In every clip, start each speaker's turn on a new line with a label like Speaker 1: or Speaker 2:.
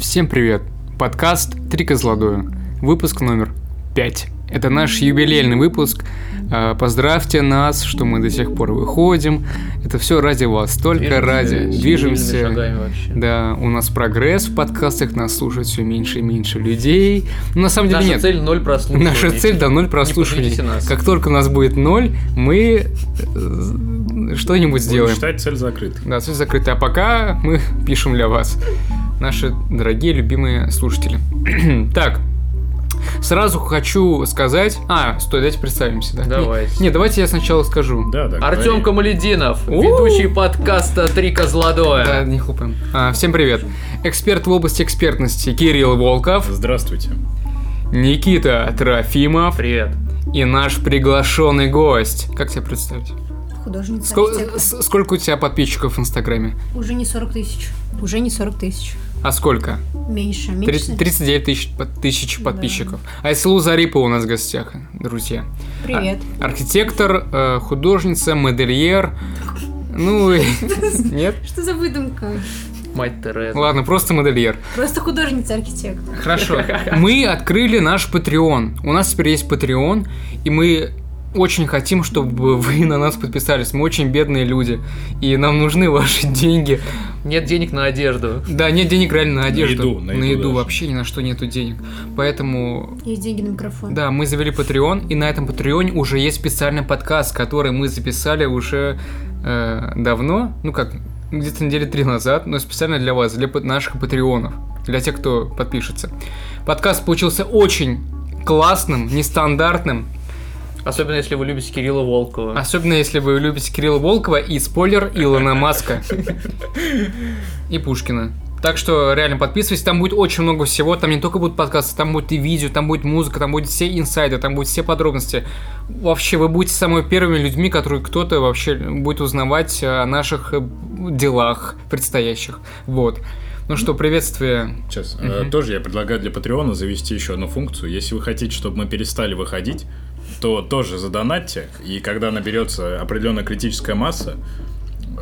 Speaker 1: Всем привет! Подкаст «Три козлодоя». Выпуск номер 5. Это наш юбилейный выпуск. Э, Поздравьте нас, что мы до сих пор выходим. Это все ради вас, только
Speaker 2: Движемся,
Speaker 1: ради.
Speaker 2: семимильными
Speaker 1: Движемся.
Speaker 2: шагами вообще.
Speaker 1: Да, у нас прогресс в подкастах, нас слушает все меньше и меньше людей. Но на самом деле
Speaker 2: Наша
Speaker 1: нет.
Speaker 2: цель ноль прослушиваний.
Speaker 1: Наша цель до ноль прослушиваний.
Speaker 2: подведите нас.
Speaker 1: Как только у нас будет ноль, мы э, что-нибудь сделаем.
Speaker 3: считать цель закрытой.
Speaker 1: Да, суть закрыта. А пока мы пишем для вас, наши дорогие, любимые слушатели. так, сразу хочу сказать... А, стой, давайте представимся, да?
Speaker 2: Давайте.
Speaker 1: Не, не, давайте я сначала скажу.
Speaker 3: Да, да.
Speaker 2: Артем Камалединов,
Speaker 1: У-у-у.
Speaker 2: ведущий подкаста «Три
Speaker 1: Да,
Speaker 2: козлодоя».
Speaker 1: не хлопаем. А, всем привет. Эксперт в области экспертности Кирилл Волков,
Speaker 3: Здравствуйте.
Speaker 1: Никита Трофимов
Speaker 2: Привет.
Speaker 1: и наш приглашенный гость. Как тебя представить?
Speaker 4: Художница
Speaker 1: Ско-
Speaker 4: архитектор.
Speaker 1: с- сколько у тебя подписчиков в Инстаграме?
Speaker 4: Уже не 40 тысяч. Уже не 40 тысяч.
Speaker 1: А сколько?
Speaker 4: Меньше,
Speaker 1: Три-
Speaker 4: меньше.
Speaker 1: 39 тысяч, под- тысяч подписчиков. Айсулу Зарипова у нас в гостях, друзья.
Speaker 4: Привет.
Speaker 1: Архитектор, э, художница, модельер. Ну, и- нет?
Speaker 4: Что за выдумка?
Speaker 2: Мать Тереза.
Speaker 1: Ладно, просто модельер.
Speaker 4: Просто художница-архитектор.
Speaker 1: Хорошо. Мы открыли наш Patreon. У нас теперь есть Patreon, и мы очень хотим, чтобы вы на нас подписались. Мы очень бедные люди, и нам нужны ваши деньги.
Speaker 2: Нет денег на одежду.
Speaker 1: Да, нет денег реально на одежду.
Speaker 3: еду, на еду даже.
Speaker 1: вообще ни на что нету денег. Поэтому
Speaker 4: Есть деньги на микрофон.
Speaker 1: Да, мы завели Patreon, и на этом Patreon уже есть специальный подкаст, который мы записали уже э, давно, ну как, где-то недели три назад, но специально для вас, для пат- наших патреонов, для тех, кто подпишется. Подкаст получился очень классным, нестандартным,
Speaker 2: Особенно, если вы любите Кирилла Волкова.
Speaker 1: особенно если вы любите Кирилла Волкова и спойлер Илона Маска и Пушкина. Так что реально подписывайтесь, там будет очень много всего, там не только будут подкасты, там будет и видео, там будет музыка, там будет все инсайды, там будут все подробности. Вообще вы будете самыми первыми людьми, которые кто-то вообще будет узнавать о наших э, делах предстоящих. Вот. Ну что, приветствие.
Speaker 3: Сейчас.
Speaker 1: Мгм.
Speaker 3: э, Тоже я предлагаю для Патреона завести еще одну функцию. Если вы хотите, чтобы мы перестали выходить, то тоже задонатьте. И когда наберется определенная критическая масса,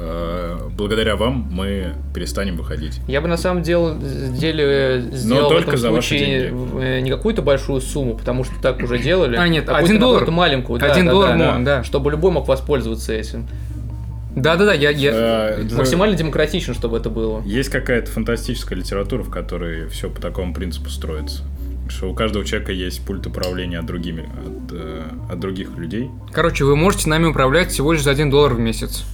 Speaker 3: э, благодаря вам мы перестанем выходить.
Speaker 2: Я бы на самом дел- деле э, сделал
Speaker 3: только
Speaker 2: в этом
Speaker 3: за ваши
Speaker 2: случае э, не какую-то большую сумму, потому что так уже делали.
Speaker 1: А, нет,
Speaker 2: Какую-то
Speaker 1: один доллар.
Speaker 2: наоборот маленькую. да,
Speaker 1: Один
Speaker 2: да,
Speaker 1: доллар,
Speaker 2: да,
Speaker 1: ну, да.
Speaker 2: Чтобы любой мог воспользоваться этим.
Speaker 1: Да-да-да, я... я...
Speaker 3: Э, да.
Speaker 2: Максимально демократично, чтобы это было.
Speaker 3: Есть какая-то фантастическая литература, в которой все по такому принципу строится. Что у каждого человека есть пульт управления от, другими, от, э, от других людей.
Speaker 1: Короче, вы можете нами управлять всего лишь за 1 доллар в месяц.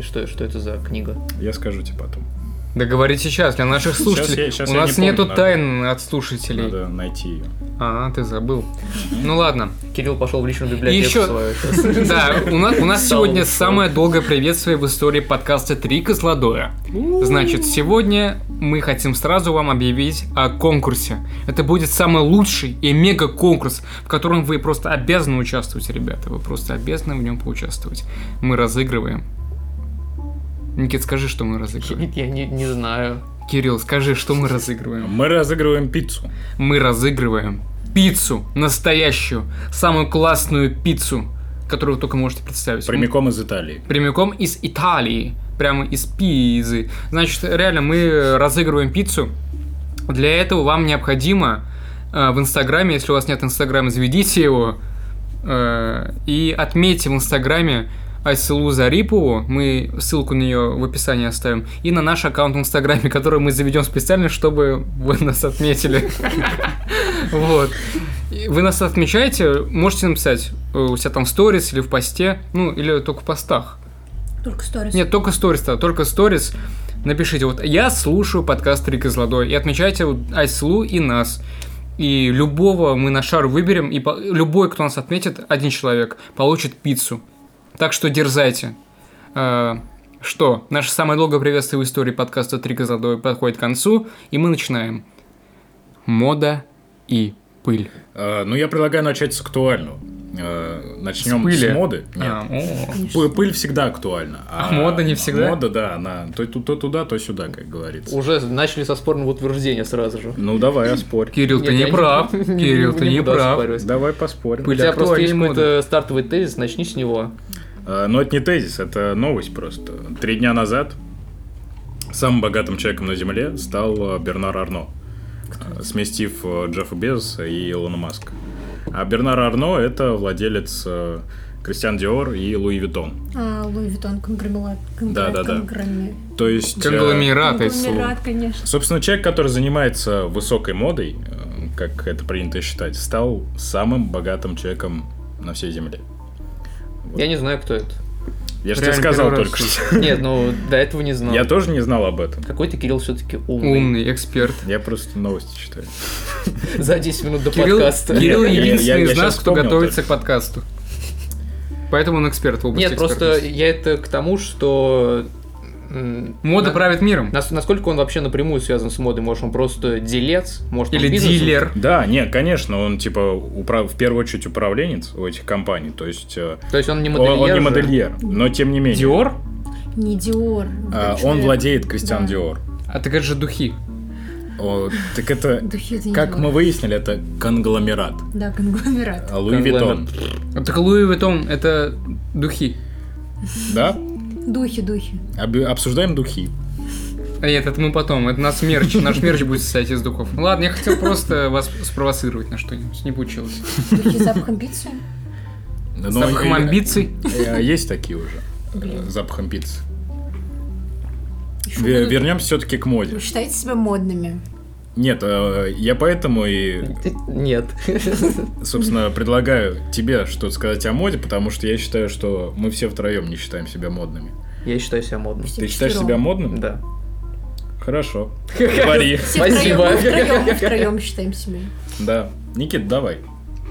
Speaker 2: Что, что это за книга?
Speaker 3: Я скажу тебе потом.
Speaker 1: Да говори сейчас, для наших
Speaker 3: Сейчас
Speaker 1: слушателей.
Speaker 3: я- сейчас
Speaker 1: У
Speaker 3: я не
Speaker 1: нас
Speaker 3: помню,
Speaker 1: нету
Speaker 3: надо.
Speaker 1: тайн от слушателей.
Speaker 3: Надо найти ее.
Speaker 1: А, ты забыл. Ну ладно.
Speaker 2: Кирилл пошел в личную библиотеку
Speaker 1: Еще-
Speaker 2: свою.
Speaker 1: Да, у нас, у нас
Speaker 2: Стал
Speaker 1: сегодня
Speaker 2: лучше.
Speaker 1: самое долгое приветствие в истории подкаста «Три козлодоя». Значит, сегодня мы хотим сразу вам объявить о конкурсе. Это будет самый лучший и мега-конкурс, в котором вы просто обязаны участвовать, ребята. Вы просто обязаны в нем поучаствовать. Мы разыгрываем. Никит, скажи, что мы разыгрываем.
Speaker 2: Я не, не знаю.
Speaker 1: Кирилл, скажи, что мы разыгрываем.
Speaker 3: Мы разыгрываем пиццу.
Speaker 1: мы разыгрываем пиццу, настоящую, самую классную пиццу, которую вы только можете представить.
Speaker 3: Прямиком из Италии.
Speaker 1: М, Прямиком из Италии, прямо из Пизы. Значит, реально, мы разыгрываем пиццу. Для этого вам необходимо э, в Инстаграме, если у вас нет Инстаграма, заведите его э, и отметьте в Инстаграме Айсилу Зарипову, мы ссылку на нее в описании оставим, и на наш аккаунт в Инстаграме, который мы заведем специально, чтобы вы нас отметили. Вот. И Вы нас отмечаете, можете написать э, у себя там в сторис или в посте, ну, или только в постах.
Speaker 4: Только сторис.
Speaker 1: Нет, только сторис, да, только сторис. Напишите, вот я слушаю подкаст «Рик из Ладой» и отмечайте вот Айслу и нас. И любого мы на шару выберем, и по- любой, кто нас отметит, один человек, получит пиццу. Так что дерзайте. Э, что, наше самое долгое приветствие в истории подкаста «Три козлодоя» подходит к концу, и мы начинаем. Мода и пыль.
Speaker 3: А, Э, Ну, я предлагаю начать с актуального. э, начнем
Speaker 1: пыли?
Speaker 3: с моды. Нет.
Speaker 1: А, о.
Speaker 3: Пы- Пыль всегда актуальна.
Speaker 1: А мода не всегда?
Speaker 3: Мода, да, она то, ту- то туда, то сюда, как говорится.
Speaker 2: Уже начали со спорного утверждения сразу же.
Speaker 3: Ну, давай, оспорь.
Speaker 1: Кирилл, ты
Speaker 2: Нет,
Speaker 1: не
Speaker 2: я не-
Speaker 1: прав. Кирилл, ты не
Speaker 2: буду
Speaker 1: прав.
Speaker 2: оспаривать.
Speaker 3: Давай поспорим.
Speaker 2: У
Speaker 1: Пыль
Speaker 2: тебя просто есть
Speaker 1: актуальнее
Speaker 2: какой-то стартовый тезис, начни с него.
Speaker 3: Э, Но это не тезис, это новость просто. Три дня назад самым богатым человеком на Земле стал э, Бернар Арно, э, сместив э, Джеффа Безоса и Илона Маска. А Бернар Арно – это владелец э, Кристиан Диор и Луи Виттон.
Speaker 4: А, Луи Виттон, конгломерат.
Speaker 3: Да-да-да.
Speaker 4: конгломерат.
Speaker 3: То есть... э,
Speaker 1: Конгломерат, если слово.
Speaker 4: Конгломерат, конечно.
Speaker 3: Собственно, человек, который занимается высокой модой, э, как это принято считать, стал самым богатым человеком на всей Земле.
Speaker 2: Я не знаю, кто это.
Speaker 3: Я же тебе
Speaker 1: Реально
Speaker 3: сказал
Speaker 1: первый раз
Speaker 3: только что.
Speaker 2: Нет, ну до этого не знал.
Speaker 3: Я тоже не знал об этом.
Speaker 2: Какой ты, Кирилл, все-таки умный.
Speaker 1: Умный эксперт.
Speaker 3: Я просто новости читаю.
Speaker 2: За 10 минут до
Speaker 1: Кирилл,
Speaker 2: подкаста.
Speaker 1: Кирилл
Speaker 3: Нет, я-
Speaker 1: единственный
Speaker 3: я- я
Speaker 1: из нас,
Speaker 3: щас
Speaker 1: кто
Speaker 3: вспомнил
Speaker 1: готовится к
Speaker 3: только.
Speaker 1: подкасту. Поэтому он эксперт в области
Speaker 2: Нет, просто
Speaker 1: экспертности.
Speaker 2: я это к тому, что... м,
Speaker 1: Мода
Speaker 2: на-
Speaker 1: правит миром.
Speaker 2: нас- Насколько он вообще напрямую связан с модой? Может, он просто делец? Может, он
Speaker 1: Или
Speaker 2: бизнесом?
Speaker 1: дилер.
Speaker 3: Да, не, конечно, он типа упра- в первую очередь управленец у этих компаний, то есть э,
Speaker 2: То есть он не
Speaker 3: он,
Speaker 2: модельер?
Speaker 3: он не
Speaker 2: же?
Speaker 3: модельер, но тем не менее.
Speaker 1: Диор?
Speaker 4: Не Диор.
Speaker 3: А,
Speaker 4: Вообще.
Speaker 3: он владеет Кристиан
Speaker 4: Да.
Speaker 3: Диор.
Speaker 1: А ты как же духи?
Speaker 3: О, так это,
Speaker 4: Духи это не
Speaker 3: как
Speaker 4: Диор.
Speaker 3: мы выяснили, это конгломерат.
Speaker 4: Да, конгломерат.
Speaker 3: А Луи Виттон.
Speaker 2: Конгломерат.
Speaker 1: А Так Луи Виттон — это духи.
Speaker 3: Да?
Speaker 4: Духи, духи.
Speaker 3: Об- обсуждаем духи.
Speaker 1: А Нет, это мы потом. Это нас мерч. Наш мерч будет состоять из духов. Ну Ладно, я хотел просто вас спровоцировать на что-нибудь. Не получилось.
Speaker 4: Духи с запахом пиццы.
Speaker 3: Но
Speaker 1: С запахом
Speaker 3: Ну, и-
Speaker 1: амбиций.
Speaker 3: э, Есть такие уже. э,
Speaker 4: Блин.
Speaker 3: с Запахом пиццы.
Speaker 4: Ещё
Speaker 3: Ве-
Speaker 4: будут-
Speaker 3: Вернемся все-таки к моде.
Speaker 4: Вы считаете себя модными?
Speaker 3: Нет, э, я поэтому и
Speaker 2: Ты- Нет.
Speaker 3: собственно, предлагаю тебе что-то сказать о моде, потому что я считаю, что мы все втроем не считаем себя модными.
Speaker 2: Я считаю себя модным.
Speaker 4: Все
Speaker 3: Ты считаешь
Speaker 4: вчетвером.
Speaker 3: себя модным?
Speaker 2: Да.
Speaker 3: Хорошо. Говори.
Speaker 4: Все
Speaker 2: Спасибо.
Speaker 4: втроем, мы втроем, мы втроем считаем себя.
Speaker 3: Да. Никит, давай.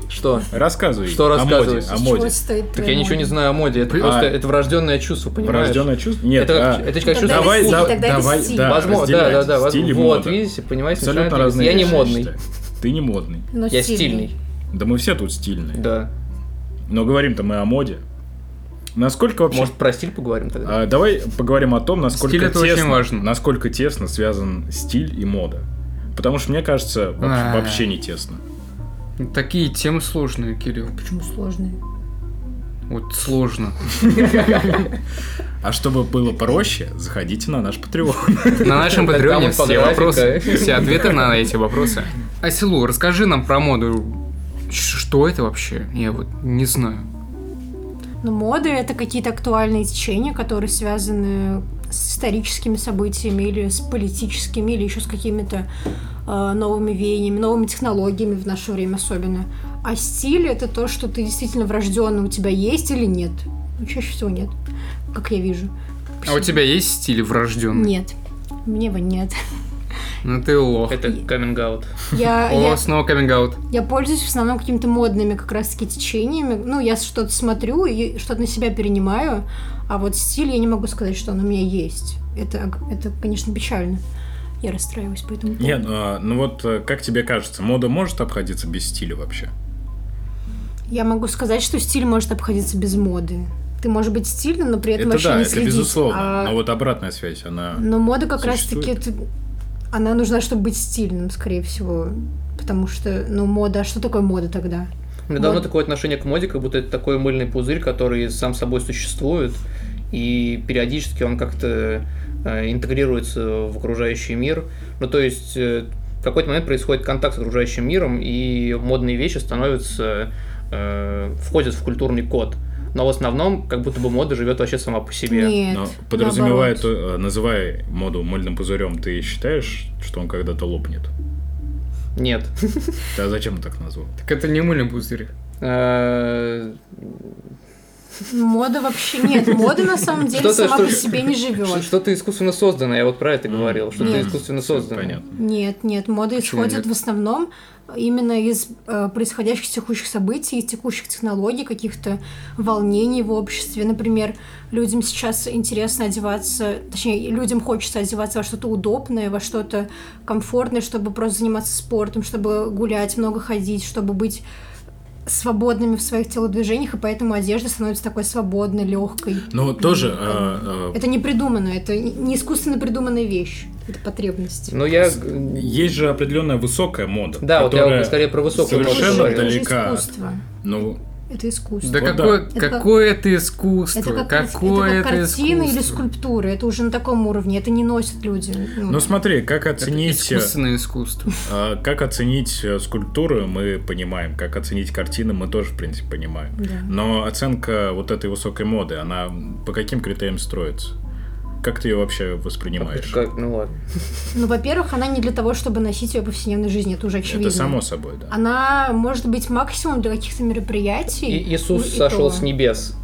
Speaker 2: Что?
Speaker 3: Рассказывай.
Speaker 2: Что
Speaker 3: о моде.
Speaker 2: рассказывать?
Speaker 3: О
Speaker 4: С
Speaker 3: А моде.
Speaker 4: чего стоит
Speaker 2: Так
Speaker 4: твоя
Speaker 2: я ничего
Speaker 4: мода?
Speaker 2: не знаю о моде. Это
Speaker 3: А.
Speaker 2: просто это врожденное чувство, понимаешь?
Speaker 3: Врожденное чувство? Нет,
Speaker 2: Это как- это
Speaker 3: а,
Speaker 2: как
Speaker 4: Тогда
Speaker 2: чувство.
Speaker 4: это
Speaker 3: Давай,
Speaker 4: стиль,
Speaker 3: да-
Speaker 4: тогда это
Speaker 3: давай,
Speaker 4: стиль.
Speaker 3: да.
Speaker 2: Возможно, да,
Speaker 3: разделяйте
Speaker 2: да, да,
Speaker 3: стиль и
Speaker 2: возможно. Вот,
Speaker 3: мода.
Speaker 2: видите, понимаете,
Speaker 3: Абсолютно
Speaker 2: начинают
Speaker 3: разные
Speaker 2: делиться. Я не
Speaker 3: вещи,
Speaker 2: модный,
Speaker 3: считаю. Ты не модный.
Speaker 4: Но
Speaker 2: я стильный.
Speaker 3: Да мы все тут стильные.
Speaker 2: Да.
Speaker 3: Но говорим-то мы о моде. Насколько вообще...
Speaker 2: Может, про стиль поговорим тогда?
Speaker 3: А, давай поговорим о том, насколько
Speaker 1: Стиль это
Speaker 3: тесно,
Speaker 1: очень важно.
Speaker 3: насколько тесно связан стиль и мода. Потому что мне кажется, вообще,
Speaker 1: А.
Speaker 3: вообще не тесно.
Speaker 1: Такие темы сложные, Кирилл.
Speaker 4: Почему сложный?
Speaker 1: Вот сложно.
Speaker 3: А чтобы было проще, заходите на наш Patreon.
Speaker 1: На нашем
Speaker 2: Там
Speaker 1: Патреоне
Speaker 2: вот
Speaker 1: все вопросы,
Speaker 2: фотографика.
Speaker 1: все ответы на эти вопросы. Асилу, расскажи нам про моду. Ч- Что это вообще? Я вот не знаю.
Speaker 4: Но Ну, моды — это какие-то актуальные течения, которые связаны с историческими событиями или с политическими, или еще с какими-то э, новыми веяниями, новыми технологиями в наше время особенно. А стиль — это то, что ты действительно врожденный, у тебя есть или нет. Ну, чаще всего нет, как я вижу.
Speaker 1: А у тебя есть стиль врожденный?
Speaker 4: Нет. Мне его нет.
Speaker 1: Ну ты
Speaker 3: А.
Speaker 1: лох.
Speaker 2: Это каминг-аут.
Speaker 4: Я,
Speaker 1: О,
Speaker 4: А я-
Speaker 1: снова каминг-аут.
Speaker 4: Я пользуюсь в основном какими-то модными как раз-таки течениями. Ну, я что-то смотрю и что-то на себя перенимаю, а вот стиль я не могу сказать, что он у меня есть. Это, это конечно, печально. Я расстраиваюсь по этому поводу.
Speaker 3: Нет, ну вот э, как тебе кажется, мода может обходиться без стиля вообще?
Speaker 4: Я могу сказать, что стиль может обходиться без моды. Ты можешь быть стильным, но при этом
Speaker 3: Это
Speaker 4: вообще
Speaker 3: да,
Speaker 4: не
Speaker 3: это
Speaker 4: следить.
Speaker 3: безусловно.
Speaker 4: А-
Speaker 3: Но вот обратная связь, она...
Speaker 4: Но мода как раз-таки...
Speaker 3: Существует.
Speaker 4: это- Она нужна, чтобы быть стильным, скорее всего. Потому что, ну, мода... а Что такое мода тогда?
Speaker 2: У меня давно
Speaker 4: Вот.
Speaker 2: такое отношение к моде, как будто это такой мыльный пузырь, который сам собой существует, и периодически он как-то э, интегрируется в окружающий мир. Ну, то есть э, в какой-то момент происходит контакт с окружающим миром, и модные вещи становятся, э, входят в культурный код. Но в основном, как будто бы мода живет вообще сама по себе.
Speaker 4: Нет.
Speaker 3: Но подразумевая,
Speaker 4: наоборот.
Speaker 3: то, э, называя моду мыльным пузырем, ты считаешь, что он когда-то лопнет?
Speaker 2: Нет.
Speaker 3: Да зачем ты так назвал?
Speaker 1: Так это не мыльный пузырь.
Speaker 2: Э,
Speaker 4: Мода вообще нет, мода на самом деле
Speaker 2: Что-то-
Speaker 4: сама
Speaker 2: что-
Speaker 4: по себе не живет.
Speaker 2: Что-то искусственно создано, я вот про это говорил, что-то
Speaker 4: Нет.
Speaker 2: искусственно
Speaker 3: Всё
Speaker 2: создано.
Speaker 3: Понятно.
Speaker 4: Нет, нет, мода
Speaker 1: Почему
Speaker 4: исходит
Speaker 1: нет?
Speaker 4: в основном именно из э, происходящих текущих событий, из текущих технологий, каких-то волнений в обществе. Например, людям сейчас интересно одеваться, точнее, людям хочется одеваться во что-то удобное, во что-то комфортное, чтобы просто заниматься спортом, чтобы гулять, много ходить, чтобы быть свободными в своих телодвижениях, и поэтому одежда становится такой свободной, легкой.
Speaker 3: Ну, тоже... э, э,
Speaker 4: Это не придумано, это не искусственно придуманная вещь, это потребность.
Speaker 2: Но Ну, я...
Speaker 3: Есть же определенная высокая мода,
Speaker 2: Да, вот я
Speaker 3: которая
Speaker 2: вот скорее про высокую моду
Speaker 3: совершенно
Speaker 2: говорил.
Speaker 4: это же
Speaker 3: далека.
Speaker 4: искусство.
Speaker 3: Ну,
Speaker 4: Это искусство.
Speaker 1: Да
Speaker 3: Вот
Speaker 1: какое,
Speaker 4: да.
Speaker 1: какое это искусство?
Speaker 4: Это как, кар-
Speaker 1: какое
Speaker 4: это
Speaker 1: это,
Speaker 4: как картины или
Speaker 1: искусство?
Speaker 4: скульптуры, это уже на таком уровне, это не носят люди. Ну,
Speaker 3: ну смотри, как
Speaker 1: Это
Speaker 3: оценить, э,
Speaker 1: искусственное искусство.
Speaker 3: э, как оценить э, скульптуры, мы понимаем, как оценить картины, мы тоже, в принципе, понимаем.
Speaker 4: да.
Speaker 3: Но оценка вот этой высокой моды, она по каким критериям строится? Как ты ее вообще воспринимаешь?
Speaker 2: Как- Ну ладно.
Speaker 4: Ну, во-первых, она не для того, чтобы носить ее в повседневной жизни, это уже очевидно.
Speaker 3: Это само собой, да.
Speaker 4: Она может быть максимум для каких-то мероприятий.
Speaker 2: И- Иисус
Speaker 4: ну, и
Speaker 2: сошел
Speaker 4: то.
Speaker 2: с небес.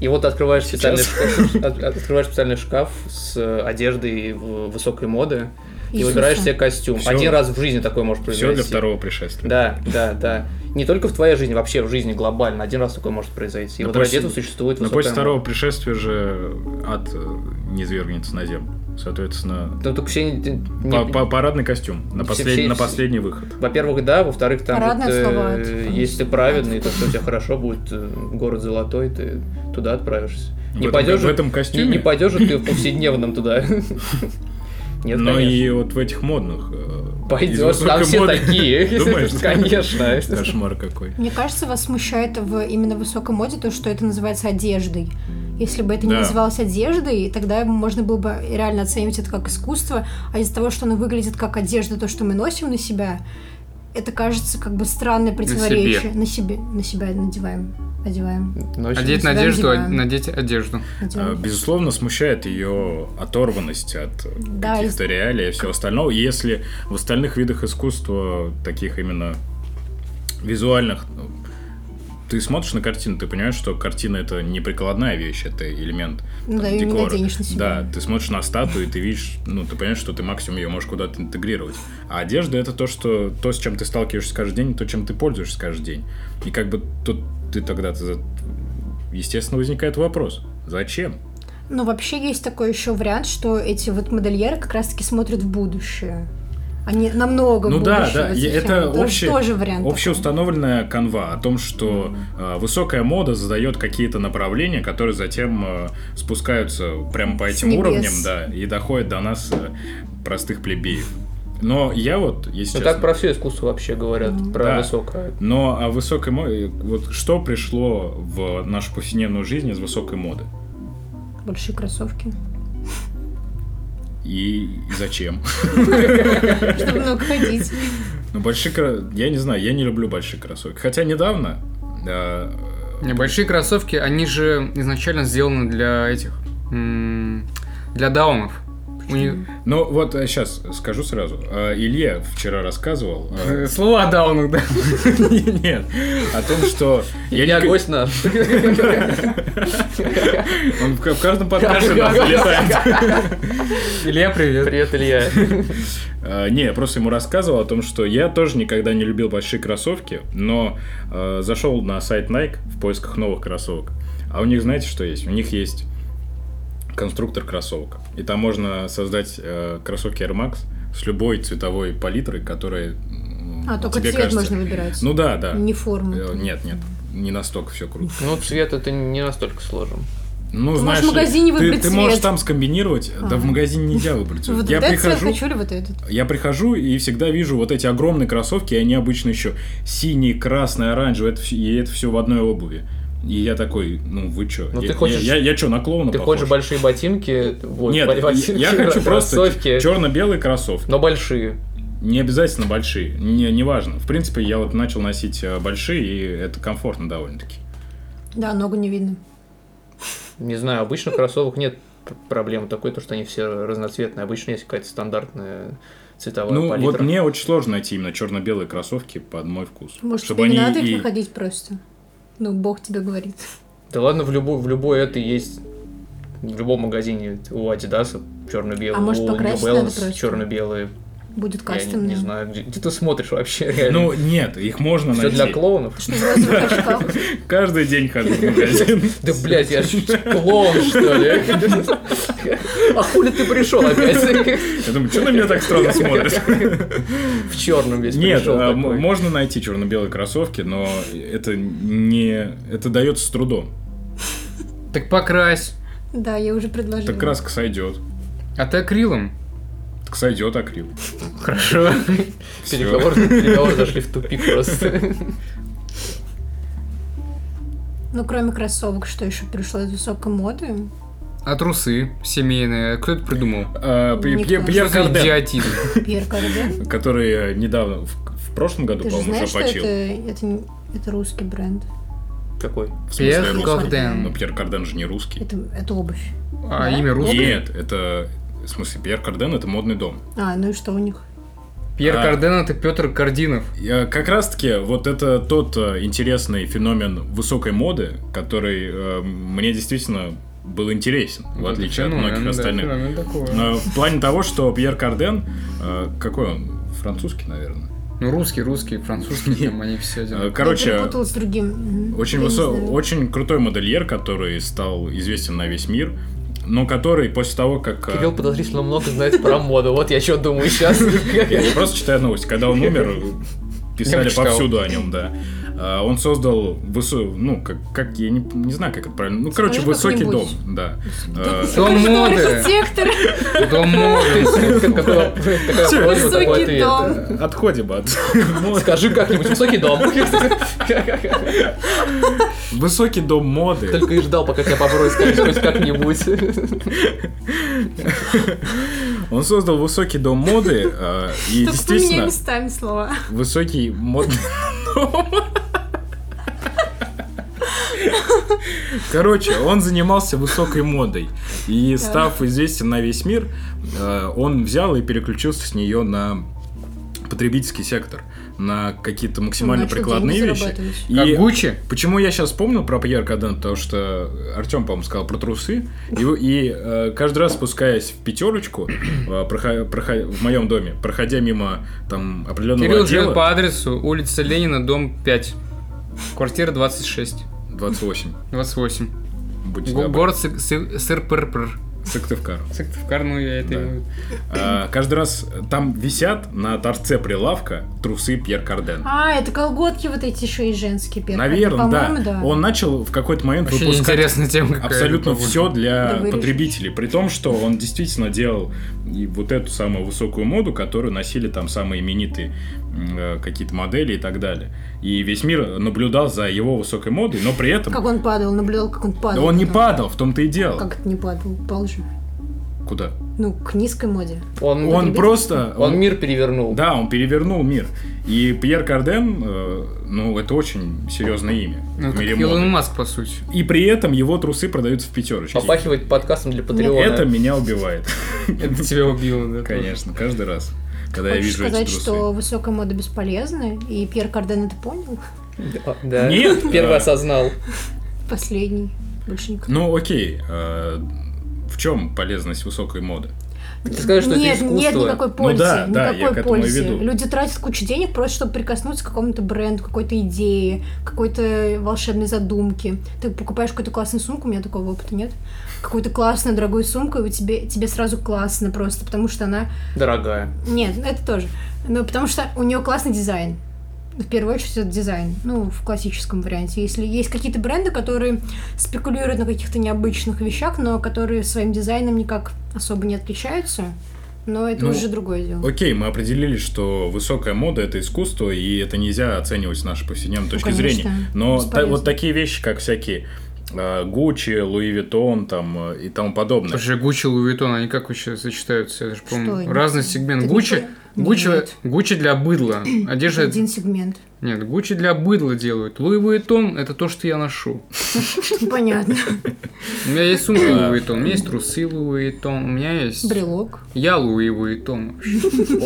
Speaker 2: И вот ты открываешь специальный, шкаф, от- открываешь специальный шкаф с э, одеждой в- высокой моды и
Speaker 4: Иисуса.
Speaker 2: выбираешь себе костюм.
Speaker 3: Всё.
Speaker 2: Один раз в жизни такое может
Speaker 3: Все
Speaker 2: произойти.
Speaker 3: для второго пришествия.
Speaker 2: Да, да, да. Не только в твоей жизни, вообще в жизни глобально. Один раз такое может произойти. И
Speaker 3: Но
Speaker 2: вот
Speaker 3: после-
Speaker 2: ради этого существует
Speaker 3: Но
Speaker 2: высокая мода.
Speaker 3: после ну, второго пришествия же ад э, не свергнется на землю. Соответственно,
Speaker 2: Ну, только все... не- не-
Speaker 3: па- па- парадный костюм на,
Speaker 2: Все-
Speaker 3: послед-
Speaker 2: все-
Speaker 3: на последний выход.
Speaker 2: Во-первых, да, во-вторых, там
Speaker 4: Парадное
Speaker 2: вот, э,
Speaker 4: слово, это, конечно.
Speaker 2: если ты праведный, то что у тебя хорошо будет, э, город золотой, ты туда отправишься.
Speaker 3: В
Speaker 2: Не
Speaker 3: этом-
Speaker 2: пойдешь
Speaker 3: в
Speaker 2: же-
Speaker 3: этом
Speaker 2: не,
Speaker 3: костюме.
Speaker 2: не пойдешь же ты в повседневном туда. Нет, конечно.
Speaker 3: Но Ну и вот в этих модных. э, из
Speaker 2: Пойдешь,
Speaker 3: высокой
Speaker 2: там все
Speaker 3: моды.
Speaker 2: такие.
Speaker 3: Думаешь?
Speaker 2: Конечно.
Speaker 3: Кошмар какой. А,
Speaker 4: Мне кажется, вас смущает в именно высокой моде то, что это называется одеждой. Если бы это не
Speaker 3: Да.
Speaker 4: называлось одеждой, тогда можно было бы реально оценивать это как искусство, а из-за того, что оно выглядит как одежда, то, что мы носим на себя, это кажется как бы странное противоречие. На себе, на себя надеваем, одеваем,
Speaker 2: Ночью
Speaker 1: Одеть
Speaker 4: себя
Speaker 1: надежду,
Speaker 4: надеваем.
Speaker 1: надеть одежду.
Speaker 3: А,
Speaker 4: надеваем.
Speaker 3: Безусловно, смущает ее оторванность от э,
Speaker 4: Да,
Speaker 3: каких-то реалий и всего остального. И Если в остальных видах искусства, таких именно визуальных, ну, ты смотришь на картину, ты понимаешь, что картина это не прикладная вещь, это элемент
Speaker 4: Ну
Speaker 3: там,
Speaker 4: да, ее не
Speaker 3: декора.
Speaker 4: наденешь на себя.
Speaker 3: Да, ты смотришь на статую, и ты видишь, ну, ты понимаешь, что ты максимум ее можешь куда-то интегрировать. А одежда это то, что то, с чем ты сталкиваешься каждый день, то, чем ты пользуешься каждый день. И как бы тут ты тогда, ты- естественно, возникает вопрос. Зачем?
Speaker 4: Ну, вообще есть такой еще вариант, что эти вот модельеры как раз-таки смотрят в будущее. Они намного
Speaker 3: Ну
Speaker 4: в
Speaker 3: да,
Speaker 4: будущее
Speaker 3: да, и
Speaker 4: возвращаются.
Speaker 3: это
Speaker 4: тоже,
Speaker 3: общее-
Speaker 4: тоже вариант. такой.
Speaker 3: Общеустановленная канва о том, что э, высокая мода задает какие-то направления, которые затем э, спускаются прямо по
Speaker 4: С
Speaker 3: этим
Speaker 4: небес.
Speaker 3: уровням, да, и доходят до нас, э, простых плебеев. Но я вот,
Speaker 2: Ну
Speaker 3: если честно,
Speaker 2: так про все искусство вообще говорят,
Speaker 3: Да.
Speaker 2: про высокое.
Speaker 3: но о высокой моде, вот что пришло в нашу повседневную жизнь из высокой моды?
Speaker 4: Большие кроссовки.
Speaker 3: И зачем?
Speaker 4: Чтобы много ходить.
Speaker 3: Ну, большие кро- Я не знаю, я не люблю большие кроссовки. Хотя недавно э,
Speaker 1: Небольшие кроссовки, они же изначально сделаны для этих... м, Для даунов. У них-
Speaker 3: Ну вот сейчас скажу сразу. Э, Илья вчера рассказывал э,
Speaker 1: Слова о даунах, да?
Speaker 3: Нет, о том, что я
Speaker 2: Я
Speaker 3: не-
Speaker 2: гость наш.
Speaker 3: Он в в каждом подкасте нам залетает.
Speaker 1: Илья, привет.
Speaker 2: Привет, Илья.
Speaker 3: Э, Не, я просто ему рассказывал о том, что я тоже никогда не любил большие кроссовки, но э, зашел на сайт Nike в поисках новых кроссовок. А у них, знаете, что есть? У них есть конструктор кроссовок. И там можно создать э, кроссовки Air Max с любой цветовой палитрой, которая м,
Speaker 4: А, только
Speaker 3: тебе
Speaker 4: цвет
Speaker 3: кажется-
Speaker 4: можно выбирать.
Speaker 3: Ну да, да.
Speaker 4: Не форму.
Speaker 3: Э, Нет, нет, не настолько все круто.
Speaker 2: Ну, цвет это не настолько сложен.
Speaker 3: Ну,
Speaker 4: Ты можешь
Speaker 3: знаешь,
Speaker 4: в магазине
Speaker 3: ты,
Speaker 4: выбрать
Speaker 3: ты можешь
Speaker 4: цвет.
Speaker 3: там скомбинировать, да
Speaker 4: А.
Speaker 3: в магазине нельзя выбрать. цвет.
Speaker 4: Вот
Speaker 3: я
Speaker 4: этот цвет
Speaker 3: прихожу,
Speaker 4: хочу или вот этот?
Speaker 3: я прихожу и всегда вижу вот эти огромные кроссовки, и они обычно еще синий, красный, оранжевый, это всё- и это все в одной обуви. И я такой, ну вы чё?
Speaker 2: Ну,
Speaker 3: я,
Speaker 2: ты хочешь-
Speaker 3: я, я, я чё, на клоуна
Speaker 2: Ты
Speaker 3: Ну, похож?
Speaker 2: хочешь большие ботинки? Вот,
Speaker 3: Нет,
Speaker 2: бо- ботинки,
Speaker 3: я хочу просто
Speaker 2: кроссовки, Ну.
Speaker 3: черно-белые кроссовки.
Speaker 2: но большие.
Speaker 3: Не обязательно большие, не, не важно. В принципе, я вот начал носить э, большие, и это комфортно довольно-таки.
Speaker 4: Да, ногу не видно.
Speaker 2: Не знаю, обычно кроссовок нет п- проблем такой, то что они все разноцветные. Обычно есть какая-то стандартная цветовая
Speaker 3: Ну,
Speaker 2: палитра.
Speaker 3: вот мне очень сложно найти именно черно-белые кроссовки под мой вкус.
Speaker 4: Может, тебе не надо их находить просто? Ну, бог тебе говорит.
Speaker 2: Да ладно, в любой, в любой это есть в любом магазине у Adidas черно-белый,
Speaker 4: А может,
Speaker 2: у New
Speaker 4: покрасить надо
Speaker 2: Balance
Speaker 4: просто?
Speaker 2: черно-белые.
Speaker 4: будет
Speaker 2: Я не,
Speaker 4: кастомная.
Speaker 2: не знаю, где, где ты смотришь вообще реально?
Speaker 3: Ну, нет, их можно
Speaker 2: Все
Speaker 3: найти.
Speaker 2: для клоунов?
Speaker 4: Что звезды в очках.
Speaker 3: Каждый день хожу в магазин.
Speaker 2: Да, блядь, я ж клоун, что ли? А хули ты пришел опять?
Speaker 3: Я думаю, что на меня так странно смотрят?
Speaker 2: В черном весь
Speaker 3: Нет,
Speaker 2: пришел
Speaker 3: а, м-
Speaker 2: такой.
Speaker 3: можно найти черно-белые кроссовки, но это не... Это дается с трудом.
Speaker 1: Так покрась.
Speaker 4: Да, я уже предложила.
Speaker 3: Так краска сойдет.
Speaker 1: А ты акрилом?
Speaker 3: Так сойдет акрил.
Speaker 1: Хорошо.
Speaker 3: Всё.
Speaker 2: Переговор, переговор зашли в тупик просто.
Speaker 4: Ну, кроме кроссовок, что еще пришло из высокой моды?
Speaker 1: А трусы семейные? Кто это придумал?
Speaker 3: А, Пь-
Speaker 4: Никто.
Speaker 3: Пьер Пьер
Speaker 1: Что за
Speaker 3: Карден,
Speaker 1: идиотизм?
Speaker 4: Пьер Карден.
Speaker 3: который э, недавно, в, в прошлом году,
Speaker 4: Ты же
Speaker 3: по-моему,
Speaker 4: знаешь, что это,
Speaker 3: започил.
Speaker 4: это, не- это русский бренд?
Speaker 2: Какой?
Speaker 3: В смысле,
Speaker 1: Пьер
Speaker 3: русский? Но
Speaker 1: Карден.
Speaker 3: Пьер Карден же не русский.
Speaker 4: Это, это обувь.
Speaker 1: А имя русское?
Speaker 3: Ну, Нет, это... В смысле, Пьер Карден это модный дом.
Speaker 4: А, ну и что у них?
Speaker 1: Пьер
Speaker 3: А.
Speaker 1: Карден это Петр Кардинов.
Speaker 3: Я- Как раз-таки вот это тот э, интересный феномен высокой моды, который э, мне действительно был интересен, в отличие от
Speaker 1: Феномен,
Speaker 3: многих
Speaker 1: да,
Speaker 3: остальных.
Speaker 1: феномен такой.
Speaker 3: Э, В плане того, что Пьер Карден, э, какой он? Французский, наверное.
Speaker 1: Ну, русский, русский, французский, там они все
Speaker 3: Э,
Speaker 1: одинаковые.
Speaker 4: Я
Speaker 3: Короче,
Speaker 4: перепутала с другим. Мгм.
Speaker 3: очень,
Speaker 4: Я не
Speaker 3: высо-
Speaker 4: знаю.
Speaker 3: очень крутой модельер, который стал известен на весь мир, но который после того, как... э,
Speaker 2: Кирилл подозрительно много знает про моду. Вот я что думаю сейчас.
Speaker 3: Я же просто читаю новости. Когда он умер,
Speaker 1: Я
Speaker 3: писали
Speaker 1: читал.
Speaker 3: повсюду о нем, да. А, Он создал высокий, ну, как, как я не, не знаю, как это правильно. Ну, короче,
Speaker 4: Скажи
Speaker 3: высокий дом,
Speaker 4: как-нибудь.
Speaker 3: да.
Speaker 1: Дом
Speaker 4: Коридор
Speaker 1: моды.
Speaker 4: архитектора.
Speaker 1: Дом моды.
Speaker 3: Всё.
Speaker 4: Высокий дом.
Speaker 3: А, Отходим от...
Speaker 2: Скажи как-нибудь, высокий дом.
Speaker 3: Высокий дом моды.
Speaker 2: Только и ждал, пока тебя попробуют сказать хоть как-нибудь.
Speaker 3: Он создал высокий дом моды, а, и
Speaker 4: Только поменяй
Speaker 3: действительно,
Speaker 4: местами слова.
Speaker 3: высокий модный дом. Короче, он занимался высокой модой. И став известен на весь мир, э, он взял и переключился с нее на потребительский сектор, на какие-то максимально
Speaker 4: Ну, начал
Speaker 3: прикладные
Speaker 4: деньги
Speaker 3: вещи.
Speaker 4: зарабатывать.
Speaker 3: И
Speaker 1: Как Гуччи?
Speaker 3: Почему я сейчас вспомнил про Пьер Каден? Потому что Артем, по-моему, сказал про трусы. И, и, э, каждый раз, спускаясь в пятерочку, э, проха- проха- в моем доме, проходя мимо там определенного
Speaker 1: Кирилл
Speaker 3: отдела,
Speaker 1: живет по адресу улица Ленина, дом 5. Квартира 26.
Speaker 3: 28,
Speaker 1: 28.
Speaker 3: будьте
Speaker 1: Го-
Speaker 3: добры,
Speaker 1: Город Сы- Сы- Сыр-Пыр-Пыр.
Speaker 3: Сыктывкар.
Speaker 1: Сыктывкар, ну я это...
Speaker 3: Да.
Speaker 1: и-
Speaker 3: Э, каждый раз там висят на торце прилавка трусы Пьер Карден.
Speaker 4: А, это колготки вот эти еще и женские первые.
Speaker 3: Наверное, да.
Speaker 4: По-моему, да.
Speaker 3: Он начал в какой-то момент
Speaker 1: Вообще
Speaker 3: выпускать
Speaker 1: интересная тема какая.
Speaker 3: абсолютно
Speaker 1: По-моему.
Speaker 3: все
Speaker 4: Да
Speaker 3: для
Speaker 4: вы решите.
Speaker 3: потребителей. При том, что он действительно делал и вот эту самую высокую моду, которую носили там самые именитые м, э, какие-то модели и так далее. И весь мир наблюдал за его высокой модой, но при этом
Speaker 4: Как он падал, наблюдал, как он
Speaker 3: Да
Speaker 4: падал.
Speaker 3: он не
Speaker 4: потом.
Speaker 3: падал, в том-то и дело.
Speaker 4: Как это не падал? Упал же.
Speaker 3: Куда?
Speaker 4: Ну, к низкой моде.
Speaker 2: Он
Speaker 3: Он просто...
Speaker 2: он мир перевернул.
Speaker 3: Да, он перевернул мир. И Пьер Карден, э, ну, это очень серьезное имя
Speaker 1: Ну,
Speaker 3: в
Speaker 1: как
Speaker 3: мире моды.
Speaker 1: Илон Маск, по сути.
Speaker 3: И при этом его трусы продаются в пятерочке.
Speaker 2: Попахивает подкастом для Патреона.
Speaker 3: Это меня убивает,
Speaker 1: Это тебя убило, да?
Speaker 3: конечно, каждый раз, когда я
Speaker 4: Хочешь
Speaker 3: вижу эти
Speaker 4: сказать,
Speaker 3: трусы.
Speaker 4: что высокая мода бесполезна, и Пьер Карден это понял?
Speaker 2: А, да.
Speaker 3: Нет,
Speaker 2: Первый
Speaker 3: а,
Speaker 2: осознал.
Speaker 4: Последний. Больше никак.
Speaker 3: Ну, окей. э, В чем полезность высокой моды?
Speaker 2: Ты сказал, что это
Speaker 4: нет, нет
Speaker 2: искусство.
Speaker 4: никакой пользы.
Speaker 3: Ну да, да, я
Speaker 4: никакой
Speaker 3: к этому и
Speaker 4: пользы.
Speaker 3: веду.
Speaker 4: Люди тратят кучу денег просто, чтобы прикоснуться к какому-то бренду, какой-то идее, какой-то волшебной задумке. Ты покупаешь какую-то классную сумку, у меня такого опыта нет. Какую-то классную, дорогую сумку, и у тебе, тебе сразу классно просто, потому что она...
Speaker 2: Дорогая.
Speaker 4: Нет, ну, это тоже. Но потому что у нее классный дизайн. В первую очередь это дизайн, ну, в классическом варианте. Если есть какие-то бренды, которые спекулируют на каких-то необычных вещах, но которые своим дизайном никак особо не отличаются, но это
Speaker 3: Ну,
Speaker 4: уже другое дело.
Speaker 3: Окей, мы определили, что высокая мода это искусство, и это нельзя оценивать с нашей повседневной точки
Speaker 4: Ну, конечно,
Speaker 3: зрения. Но та-
Speaker 4: бесполезно.
Speaker 3: вот такие вещи, как всякие э, Гуччи, Луи Виттон там, э, и тому подобное.
Speaker 1: Слушай, Гуччи и Луи Виттон, они как вообще сочетаются? Это же, по-моему,
Speaker 4: они?
Speaker 1: разный сегмент.
Speaker 4: Ты
Speaker 1: Гуччи,
Speaker 4: не по-
Speaker 1: Гуччи,
Speaker 4: Нет.
Speaker 1: Гуччи для быдла. Одежда
Speaker 4: Один сегмент.
Speaker 1: Нет, Гуччи для быдла делают. Луи Вуитон – это то, что я ношу.
Speaker 4: Понятно.
Speaker 1: У меня есть сумка
Speaker 3: Да.
Speaker 1: Луи Вуитон, у меня есть трусы Луи Вуитон, у меня есть...
Speaker 4: Брелок.
Speaker 1: Я Луи Вуитон. вообще.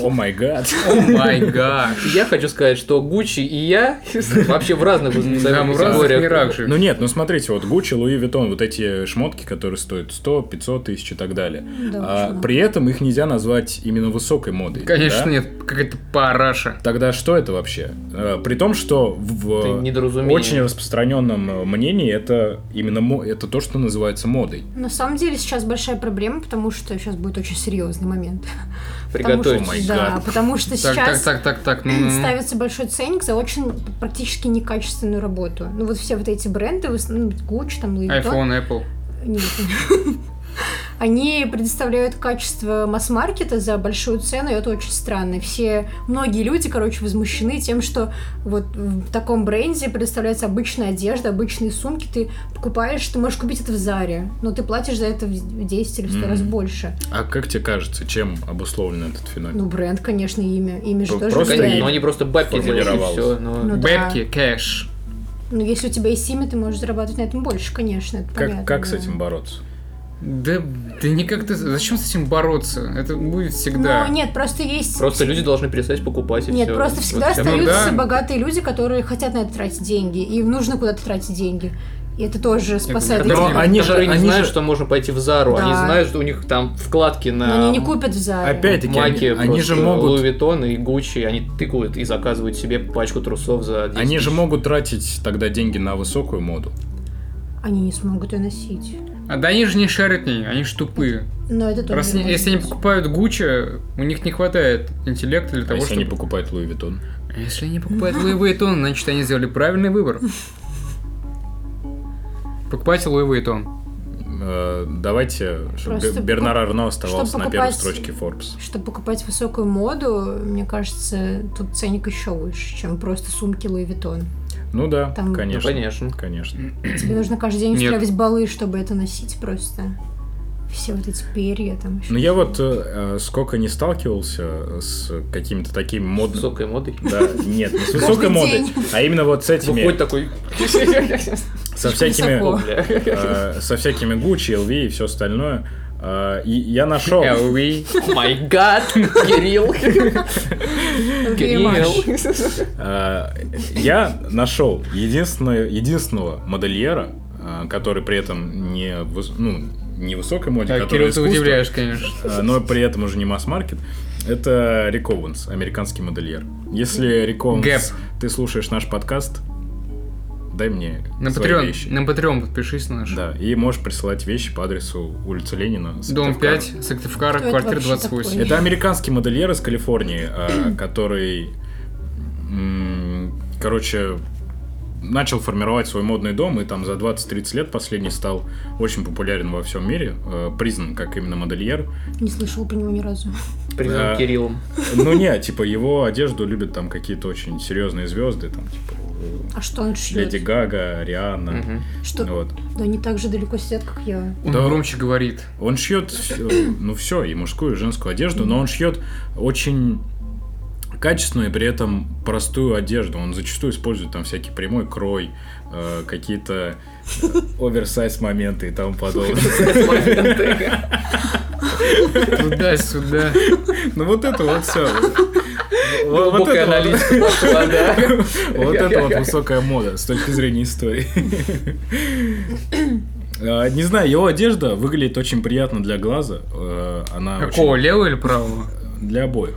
Speaker 3: О май гад.
Speaker 1: О май гаш.
Speaker 2: Я хочу сказать, что Гуччи и я вообще в разных
Speaker 1: Да, мы в разных мирах
Speaker 3: Ну
Speaker 1: живем.
Speaker 3: нет, ну смотрите, вот Гуччи, Луи Витон, вот эти шмотки, которые стоят 100, 500 тысяч и так далее.
Speaker 4: Да,
Speaker 3: А,
Speaker 4: уж, да.
Speaker 3: при этом их нельзя назвать именно высокой модой.
Speaker 1: Конечно
Speaker 3: да?
Speaker 1: нет, какая-то параша.
Speaker 3: Тогда что это вообще? Э, При том, что в в
Speaker 2: недоразумение.
Speaker 3: очень распространенном э, мнении это именно мо- это то, что называется модой.
Speaker 4: На самом деле сейчас большая проблема, потому что сейчас будет очень серьезный момент. Потому что-
Speaker 2: Приготовьтесь.
Speaker 3: май
Speaker 4: Да,
Speaker 3: гад.
Speaker 4: потому что
Speaker 1: Так, так,
Speaker 4: сейчас
Speaker 1: так, так, так. ну, ну, ну.
Speaker 4: ставится большой ценник за очень практически некачественную работу. Ну вот все вот эти бренды, в основном Gucci, там, Louis Vuitton,
Speaker 1: iPhone, Apple.
Speaker 4: Нет. Они предоставляют качество масс-маркета за большую цену, и это очень странно. Все, многие люди, короче, возмущены тем, что вот в таком бренде предоставляется обычная одежда, обычные сумки. Ты покупаешь, ты можешь купить это в Заре, но ты платишь за это в 10 или в 100 раз
Speaker 3: Мгм.
Speaker 4: больше.
Speaker 3: А как тебе кажется, чем обусловлен этот феномен?
Speaker 4: Ну, бренд, конечно, имя. Имя же
Speaker 3: Ну,
Speaker 4: тоже
Speaker 3: просто
Speaker 2: Конечно,
Speaker 4: влияет.
Speaker 2: но они просто бабки делают, и все.
Speaker 3: Формулировалось.
Speaker 4: Ну да.
Speaker 1: Бэбки, кэш.
Speaker 4: Но Ну, если у тебя есть имя, ты можешь зарабатывать на этом больше, конечно, это понятно,
Speaker 3: Как, как с
Speaker 4: да. Ну,
Speaker 3: этим бороться?
Speaker 1: Да, да никак ты... Зачем с этим бороться? Это будет всегда.
Speaker 4: Но нет, просто есть
Speaker 2: Просто люди должны перестать покупать, и
Speaker 4: Нет,
Speaker 2: всё.
Speaker 4: просто
Speaker 2: Вот
Speaker 4: всегда
Speaker 2: всё.
Speaker 1: Ну
Speaker 4: остаются
Speaker 1: да.
Speaker 4: богатые люди, которые хотят на это тратить деньги. И им нужно куда-то тратить деньги. И это тоже спасает
Speaker 1: которые
Speaker 4: их.
Speaker 3: Но
Speaker 1: люди,
Speaker 3: они же,
Speaker 2: которые не
Speaker 3: они
Speaker 2: знают,
Speaker 3: же-
Speaker 2: что можно пойти в Зару. Они
Speaker 4: Да.
Speaker 2: знают, что у них там вкладки
Speaker 4: Но
Speaker 2: на
Speaker 4: они не купят в Заре.
Speaker 3: Опять-таки, они,
Speaker 2: маке
Speaker 3: они же
Speaker 2: Луи
Speaker 3: могут,
Speaker 2: Виттон и Гуччи, они тыкают и заказывают себе пачку трусов за 10
Speaker 3: они же
Speaker 2: тысяч.
Speaker 3: могут тратить тогда деньги на высокую моду.
Speaker 4: Они не смогут ее носить.
Speaker 1: А да они же не шарят не, они же тупые.
Speaker 4: Но это тоже
Speaker 1: Раз
Speaker 4: не
Speaker 1: они-
Speaker 4: может
Speaker 1: если они
Speaker 4: быть.
Speaker 1: покупают Гуччи, у них не хватает интеллекта для
Speaker 3: А
Speaker 1: того,
Speaker 3: если
Speaker 1: чтобы...
Speaker 3: они покупают Луи Витон?
Speaker 1: А Если они покупают Луи Вейтон, значит они сделали правильный выбор. Покупайте Луи Вейтон.
Speaker 3: Э, Давайте, чтобы
Speaker 4: Просто
Speaker 3: Бе- Бернар Арно оставался
Speaker 4: чтобы
Speaker 3: на первой
Speaker 4: покупать-
Speaker 3: строчке Forbes.
Speaker 4: Чтобы покупать высокую моду, мне кажется, тут ценник еще выше, чем просто сумки Луи Виттон.
Speaker 3: Ну да,
Speaker 4: Там-
Speaker 2: Ну,
Speaker 3: конечно.
Speaker 2: Конечно.
Speaker 3: Конечно.
Speaker 4: Тебе нужно каждый день
Speaker 1: Нет.
Speaker 4: устраивать балы, чтобы это носить просто. Все вот эти перья там. ещё
Speaker 3: Но я
Speaker 4: что-то.
Speaker 3: вот э, э, сколько не сталкивался с какими-то такими модными...
Speaker 2: Высокой модой.
Speaker 3: Да, нет, не с высокой
Speaker 4: Каждый
Speaker 3: модой,
Speaker 4: день.
Speaker 3: а именно вот с
Speaker 1: Ну,
Speaker 2: Выходит
Speaker 3: этими,
Speaker 2: такой...
Speaker 3: со всякими,
Speaker 4: высоко.
Speaker 2: Бля.
Speaker 3: э, со всякими Gucci, LV и все остальное. Э, И я нашел,
Speaker 1: LV.
Speaker 2: Май гад, oh Кирилл. Кирилл.
Speaker 3: э, я нашел единственное- единственного модельера, э, который при этом не, выс- ну, не высокой моде,
Speaker 1: Так,
Speaker 3: который
Speaker 1: а, Кирилл, ты
Speaker 3: искусство,
Speaker 1: удивляешь, конечно.
Speaker 3: э, но при этом уже не масс-маркет. Это Рик Оуэнс, американский модельер. Если Рик Оуэнс,
Speaker 1: Гэп.
Speaker 3: ты слушаешь наш подкаст, дай мне
Speaker 1: На
Speaker 3: свои
Speaker 1: Patreon,
Speaker 3: вещи.
Speaker 1: на Patreon подпишись на наш.
Speaker 3: Да, и можешь присылать вещи по адресу улица Ленина.
Speaker 1: Дом
Speaker 3: Сыктывкар.
Speaker 1: 5, Сыктывкара,
Speaker 4: Кто это
Speaker 1: квартира
Speaker 4: вообще
Speaker 1: 28.
Speaker 4: такой?
Speaker 3: Это американский модельер из Калифорнии, э, который, м, короче, начал формировать свой модный дом и там за 20-30 лет последний стал очень популярен во всем мире, э, признан как именно модельер.
Speaker 4: Не слышала про него ни разу.
Speaker 2: Признан
Speaker 3: Да.
Speaker 2: Кириллом.
Speaker 3: Ну не, типа его одежду любят там какие-то очень серьезные звезды, там типа
Speaker 4: А что он
Speaker 3: э,
Speaker 4: шьет?
Speaker 3: Леди Гага, Риана.
Speaker 2: Мгм.
Speaker 4: Что?
Speaker 3: ну, Вот.
Speaker 4: Да они так же далеко сидят, как я.
Speaker 1: Он
Speaker 3: Да.
Speaker 1: громче говорит.
Speaker 3: Он шьет, всё- ну все, и мужскую, и женскую одежду, но он шьет очень качественную и при этом простую одежду. Он зачастую использует там всякий прямой крой, э, какие-то э, оверсайз моменты и тому подобное.
Speaker 1: Туда-сюда.
Speaker 3: Ну вот это вот все. Вот
Speaker 2: Глубокая
Speaker 3: это вот.
Speaker 2: аналитика пошла, да.
Speaker 3: Вот это вот высокая мода с точки зрения истории. Э, Не знаю, его одежда выглядит очень приятно для глаза. э, Она
Speaker 1: Какого,
Speaker 3: очень-
Speaker 1: левого или правого?
Speaker 3: Для обоих.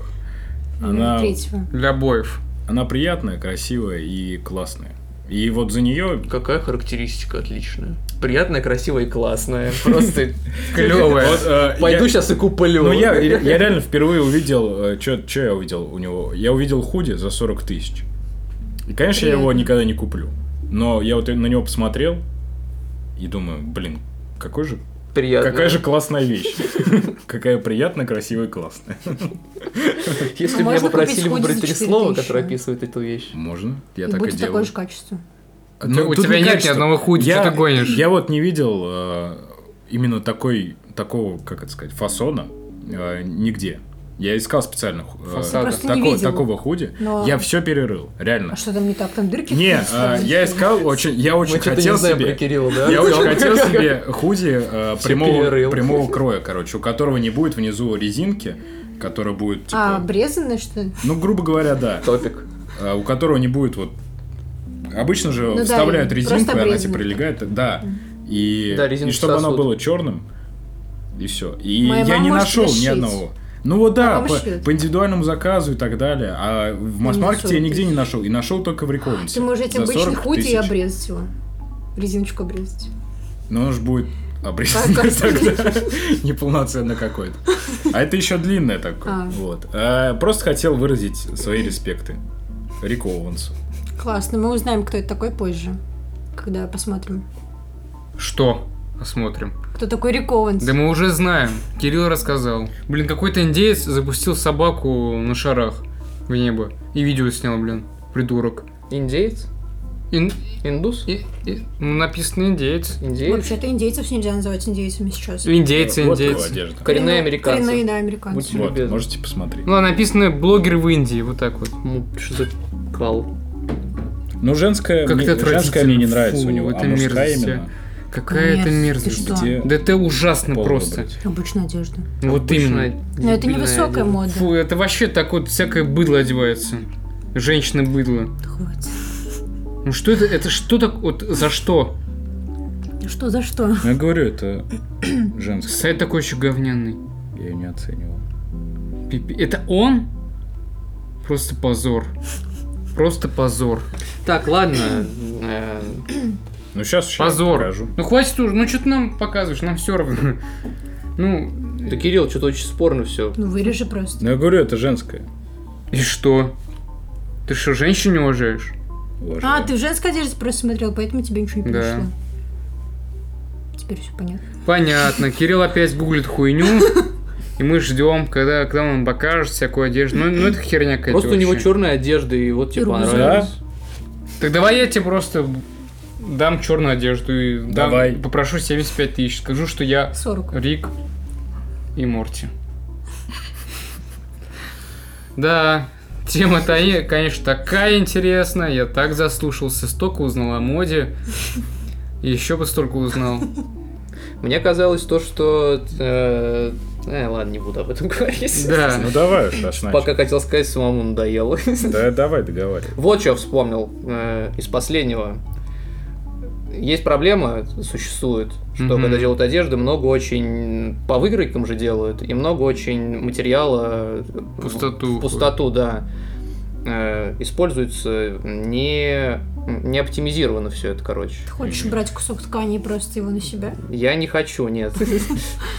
Speaker 4: Наверное,
Speaker 3: Она
Speaker 4: Третьего.
Speaker 1: Для боев.
Speaker 3: Она приятная, красивая и классная. И вот за нее...
Speaker 2: Какая характеристика отличная. Приятная, красивая и классная. Просто
Speaker 1: Клевая.
Speaker 2: пойду сейчас и куплю.
Speaker 3: э, Ну, я, я реально впервые увидел... Что я увидел у него? Я увидел худи за 40 тысяч. И, конечно, я его
Speaker 4: Приятно.
Speaker 3: никогда не куплю. Но я вот на него посмотрел и думаю, блин, какой же,
Speaker 2: Приятно.
Speaker 3: какая же классная вещь. Какая приятная, красивая и классная.
Speaker 2: Если
Speaker 4: А
Speaker 2: меня
Speaker 4: можно
Speaker 2: попросили
Speaker 4: купить худи
Speaker 2: выбрать
Speaker 4: за
Speaker 2: три
Speaker 4: 4
Speaker 2: слова,
Speaker 4: тысячи?
Speaker 2: которые описывают эту вещь.
Speaker 3: Можно, я
Speaker 4: и
Speaker 3: так и
Speaker 4: будет такое
Speaker 3: делаю.
Speaker 4: же качество.
Speaker 1: У тебя- А у
Speaker 3: тут
Speaker 1: тебя
Speaker 3: не
Speaker 1: нет ни
Speaker 3: качество.
Speaker 1: одного худи,
Speaker 3: я,
Speaker 1: что ты гонишь?
Speaker 3: Я вот не видел э, именно такой, такого, как это сказать, фасона э, нигде. Я искал специально э,
Speaker 2: Фасада.
Speaker 4: Просто не
Speaker 3: тако-
Speaker 4: видела.
Speaker 3: такого худи.
Speaker 4: Но-
Speaker 3: Я все перерыл, реально.
Speaker 4: А что там не так? Там дырки?
Speaker 3: Не,
Speaker 4: какие-то
Speaker 3: э,
Speaker 4: странные?
Speaker 3: я искал очень, я очень
Speaker 2: Мы что-то
Speaker 3: хотел
Speaker 2: не знаем про
Speaker 3: себе.
Speaker 2: Кирилла, да?
Speaker 3: Я очень хотел себе худи э,
Speaker 2: Всё
Speaker 3: прямого,
Speaker 2: перерыл.
Speaker 3: прямого кроя, короче, у которого не будет внизу резинки, которая будет,
Speaker 4: А,
Speaker 3: типа,
Speaker 4: обрезанные, что ли?
Speaker 3: ну, грубо говоря, да,
Speaker 2: Топик.
Speaker 3: э, у которого не будет вот... Обычно же
Speaker 4: Ну да,
Speaker 3: вставляют
Speaker 4: просто
Speaker 3: резинку, и она тебе
Speaker 4: обрезано.
Speaker 3: прилегает, да, и,
Speaker 2: Да,
Speaker 3: и
Speaker 2: резинку
Speaker 3: чтобы оно
Speaker 2: сосут.
Speaker 3: было черным, и все. И
Speaker 4: Моя
Speaker 3: я
Speaker 4: мама
Speaker 3: не
Speaker 4: может
Speaker 3: нашел ни
Speaker 4: расшить.
Speaker 3: одного. Ну вот да,
Speaker 4: мама
Speaker 3: по,
Speaker 4: шьет.
Speaker 3: по индивидуальному заказу и так далее. А в масс-маркете я
Speaker 4: 40
Speaker 3: нигде не
Speaker 4: тысяч.
Speaker 3: нашел. И нашел только в рекординсе.
Speaker 4: Ты можешь этим
Speaker 3: За
Speaker 4: обычный
Speaker 3: 40
Speaker 4: худи и
Speaker 3: тысяч.
Speaker 4: обрезать его. Резиночку обрезать.
Speaker 3: Но он же будет обрезан
Speaker 4: Как- как-
Speaker 3: тогда. Неполноценно какой-то. А это еще длинное такое.
Speaker 4: А.
Speaker 3: Вот. А, Просто хотел выразить свои респекты. Рику Оуэнсу.
Speaker 4: Классно, мы узнаем, кто это такой позже. Когда посмотрим.
Speaker 1: Что? Посмотрим.
Speaker 4: Кто такой Рик Оуэнс.
Speaker 1: Да мы уже знаем. Кирилл рассказал. Блин, какой-то индеец запустил собаку на шарах в небо. И видео снял, блин. Придурок.
Speaker 2: Индеец?
Speaker 1: Ин-
Speaker 2: Индус?
Speaker 1: и- и- ну, написано индеец.
Speaker 2: Индеец?
Speaker 4: Вообще-то индейцев нельзя называть индейцами сейчас.
Speaker 1: Индейцы,
Speaker 3: Вот его
Speaker 1: индейцы.
Speaker 3: одежда.
Speaker 2: Коренные американцы.
Speaker 4: Коренные, да, американцы.
Speaker 2: Будьте
Speaker 3: Вот,
Speaker 2: любезны.
Speaker 3: можете посмотреть.
Speaker 1: Ну, а написано блогер в Индии, вот так вот.
Speaker 2: Ну, что за кал?
Speaker 3: Ну, женская,
Speaker 1: Как
Speaker 3: мне-
Speaker 1: это
Speaker 3: женская мне не
Speaker 1: отвратительно.
Speaker 3: нравится
Speaker 1: Фу,
Speaker 3: у него, а
Speaker 1: это
Speaker 3: мужская
Speaker 1: мерзость,
Speaker 3: именно.
Speaker 1: Какая это
Speaker 4: Мерзость, ты
Speaker 1: мерзость.
Speaker 4: что?
Speaker 3: Где
Speaker 1: Да это ужасно
Speaker 3: пол
Speaker 1: ну, просто.
Speaker 3: выбрать.
Speaker 4: Обычная одежда.
Speaker 3: Ну,
Speaker 1: Вот
Speaker 2: Обычная
Speaker 1: именно.
Speaker 4: Но это не
Speaker 2: дебильная
Speaker 4: высокая
Speaker 2: одежда.
Speaker 4: мода.
Speaker 1: Фу, это вообще так вот всякое быдло одевается. Женщина быдло.
Speaker 4: Да хватит.
Speaker 1: Ну что это? Это что так вот за что?
Speaker 4: Что за что?
Speaker 3: Ну, я говорю, это женская.
Speaker 1: Сайт такой еще говняный.
Speaker 3: Я ее не оценивал.
Speaker 1: Пипи- Это он? Просто позор. Просто позор.
Speaker 2: Так, ладно. э,
Speaker 3: Ну, сейчас еще
Speaker 1: Позор.
Speaker 3: покажу.
Speaker 1: Ну хватит уже, ну что ты нам показываешь, нам все равно. Ну,
Speaker 2: Да, Кирилл, что-то очень спорно все.
Speaker 4: Ну вырежи просто.
Speaker 3: Ну, я говорю, это женская.
Speaker 1: и что? Ты что, женщин не уважаешь?
Speaker 4: А,
Speaker 3: Уважаю.
Speaker 4: ты в женской одежде просто смотрел, поэтому тебе ничего не
Speaker 1: Да.
Speaker 4: пришло. Теперь все понятно.
Speaker 1: Понятно, Кирилл опять гуглит хуйню. И мы ждем, когда, когда он покажет всякую одежду. Ну, ну это херня какая-то
Speaker 2: Просто у него
Speaker 1: вообще.
Speaker 2: черная одежда, и вот типа тебе
Speaker 4: И рубашка.
Speaker 2: понравилось.
Speaker 1: Так давай я тебе просто дам черную одежду и дам-
Speaker 3: Давай.
Speaker 1: попрошу 75 тысяч. Скажу, что я
Speaker 4: 40.
Speaker 1: Рик и Морти. Да, тема то конечно, такая интересная. Я так заслушался, столько узнал о моде. И еще бы столько узнал.
Speaker 2: Мне казалось то, что... э, э, ладно, не буду об этом говорить.
Speaker 1: Да.
Speaker 3: Ну, давай уж, Даш,
Speaker 2: Пока хотел сказать, самому надоело.
Speaker 3: начни. Да, давай договаривай.
Speaker 2: Вот что я вспомнил э, из последнего. Есть проблема, существует, что
Speaker 1: Мгм.
Speaker 2: когда делают одежду, много очень по выкройкам же делают, и много очень материала в
Speaker 1: Пустоту
Speaker 2: в пустоту, да. Э, используется не, не оптимизировано все это, короче.
Speaker 4: Ты хочешь брать кусок ткани и просто его на себя?
Speaker 2: Я не хочу, нет.
Speaker 4: Наверное,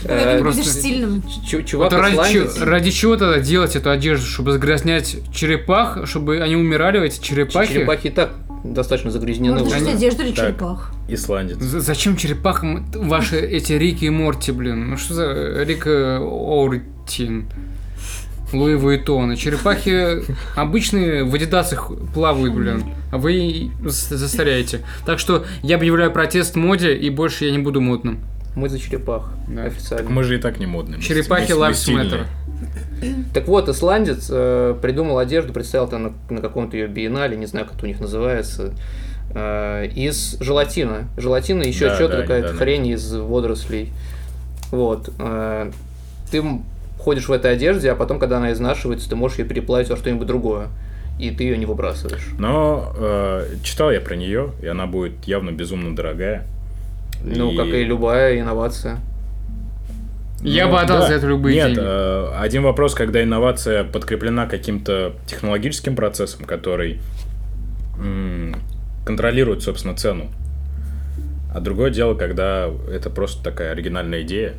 Speaker 2: Э,
Speaker 1: Э, просто-
Speaker 4: будешь сильным.
Speaker 2: чу- Чувак
Speaker 1: Вот ради, чё-
Speaker 2: исландец.
Speaker 1: ради чего тогда делать эту одежду? Чтобы загрязнять черепах, чтобы они умирали, эти черепахи?
Speaker 2: Черепахи и так достаточно загрязнены.
Speaker 4: Можно
Speaker 2: уже.
Speaker 4: шить
Speaker 1: они-
Speaker 4: одежду для
Speaker 3: Так.
Speaker 4: черепах.
Speaker 3: Исландец.
Speaker 1: З- Зачем черепахам ваши эти Рики и Морти, блин? Ну что за Рик э, Ортин? Луи Вуитона. Черепахи обычные в адидасах плавают, блин. А вы и за- засоряете. Так что я объявляю протест моде, и больше я не буду модным.
Speaker 2: Мы за черепах
Speaker 1: Да.
Speaker 2: официально.
Speaker 3: Мы же и так не модные. мы-
Speaker 1: Черепахи
Speaker 3: мы- мы
Speaker 1: lives
Speaker 3: стильные.
Speaker 1: matter.
Speaker 2: Так вот, исландец э, придумал одежду, представил там на, на каком-то ее биеннале, не знаю, как это у них называется, э, из желатина. Желатина и еще
Speaker 3: Да,
Speaker 2: что-то
Speaker 3: да,
Speaker 2: какая-то
Speaker 3: недавно.
Speaker 2: хрень из водорослей. Вот. э, ты м- ходишь в этой одежде, а потом, когда она изнашивается, ты можешь ее переплавить во что-нибудь другое. И ты ее не выбрасываешь.
Speaker 3: Но э, читал я про нее, и она будет явно безумно дорогая.
Speaker 2: Ну, как и любая инновация.
Speaker 1: Я
Speaker 3: Ну,
Speaker 1: бы отдал
Speaker 3: да.
Speaker 1: за это любые
Speaker 3: Нет,
Speaker 1: деньги.
Speaker 3: э, один вопрос, когда инновация подкреплена каким-то технологическим процессом, который м, контролирует, собственно, цену. А другое дело, когда это просто такая оригинальная идея.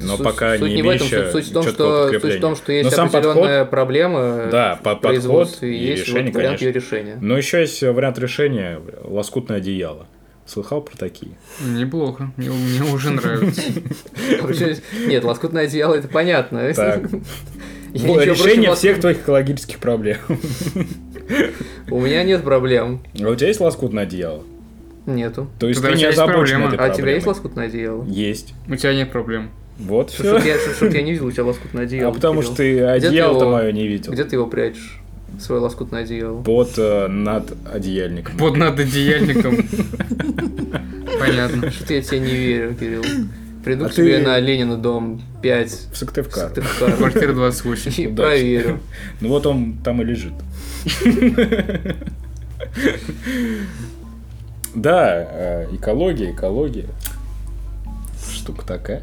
Speaker 3: Но
Speaker 2: Су-
Speaker 3: пока
Speaker 2: суть
Speaker 3: не
Speaker 2: не в этом,
Speaker 3: имеющая
Speaker 2: суть, суть в том,
Speaker 3: чёткого
Speaker 2: что, суть
Speaker 3: подкрепления.
Speaker 2: в том, что
Speaker 3: Но
Speaker 2: есть
Speaker 3: сам подход-
Speaker 2: определенная проблема
Speaker 3: Да, по-
Speaker 2: в производстве,
Speaker 3: подход
Speaker 2: и
Speaker 3: и
Speaker 2: есть
Speaker 3: решение,
Speaker 2: вот вариант
Speaker 3: конечно.
Speaker 2: ее решения.
Speaker 3: Но еще есть вариант решения – лоскутное одеяло. Слыхал про такие?
Speaker 1: Неплохо. Мне, мне уже нравится.
Speaker 2: Причём- Нет, лоскутное одеяло, это понятно.
Speaker 3: Так.
Speaker 2: Я
Speaker 3: Ну,
Speaker 2: ничего
Speaker 3: решение
Speaker 2: против
Speaker 3: всех твоих экологических проблем.
Speaker 2: лоск- У меня нет проблем.
Speaker 3: А у тебя есть лоскутное одеяло?
Speaker 2: Нету.
Speaker 3: То есть
Speaker 1: Тогда
Speaker 3: ты
Speaker 1: у
Speaker 3: не
Speaker 1: тебя есть
Speaker 3: озабочен
Speaker 1: проблема.
Speaker 3: этой
Speaker 2: А у тебя есть
Speaker 3: проблемой.
Speaker 2: лоскутное одеяло?
Speaker 3: Есть.
Speaker 1: У тебя нет проблем.
Speaker 3: Вот все.
Speaker 2: Чтоб я, чтоб я не видел у тебя лоскутное одеяло.
Speaker 3: А потому
Speaker 2: Кирилл.
Speaker 3: что ты
Speaker 2: Где ты
Speaker 3: одеяло-то
Speaker 2: его-
Speaker 3: мое не видел.
Speaker 2: Где ты его прячешь? Свое лоскутное одеяло.
Speaker 3: Под э, над одеяльником.
Speaker 1: Под надодеяльником. Понятно.
Speaker 2: Что-то я тебе не верю, Кирилл. Приду
Speaker 3: А
Speaker 2: к тебе
Speaker 3: ты-
Speaker 2: на Ленина дом 5.
Speaker 3: В Сыктывкар.
Speaker 1: Квартира 28.
Speaker 2: И
Speaker 3: Удачи.
Speaker 2: проверю.
Speaker 3: Ну вот он там и лежит. Да, э, экология, экология. Штука такая.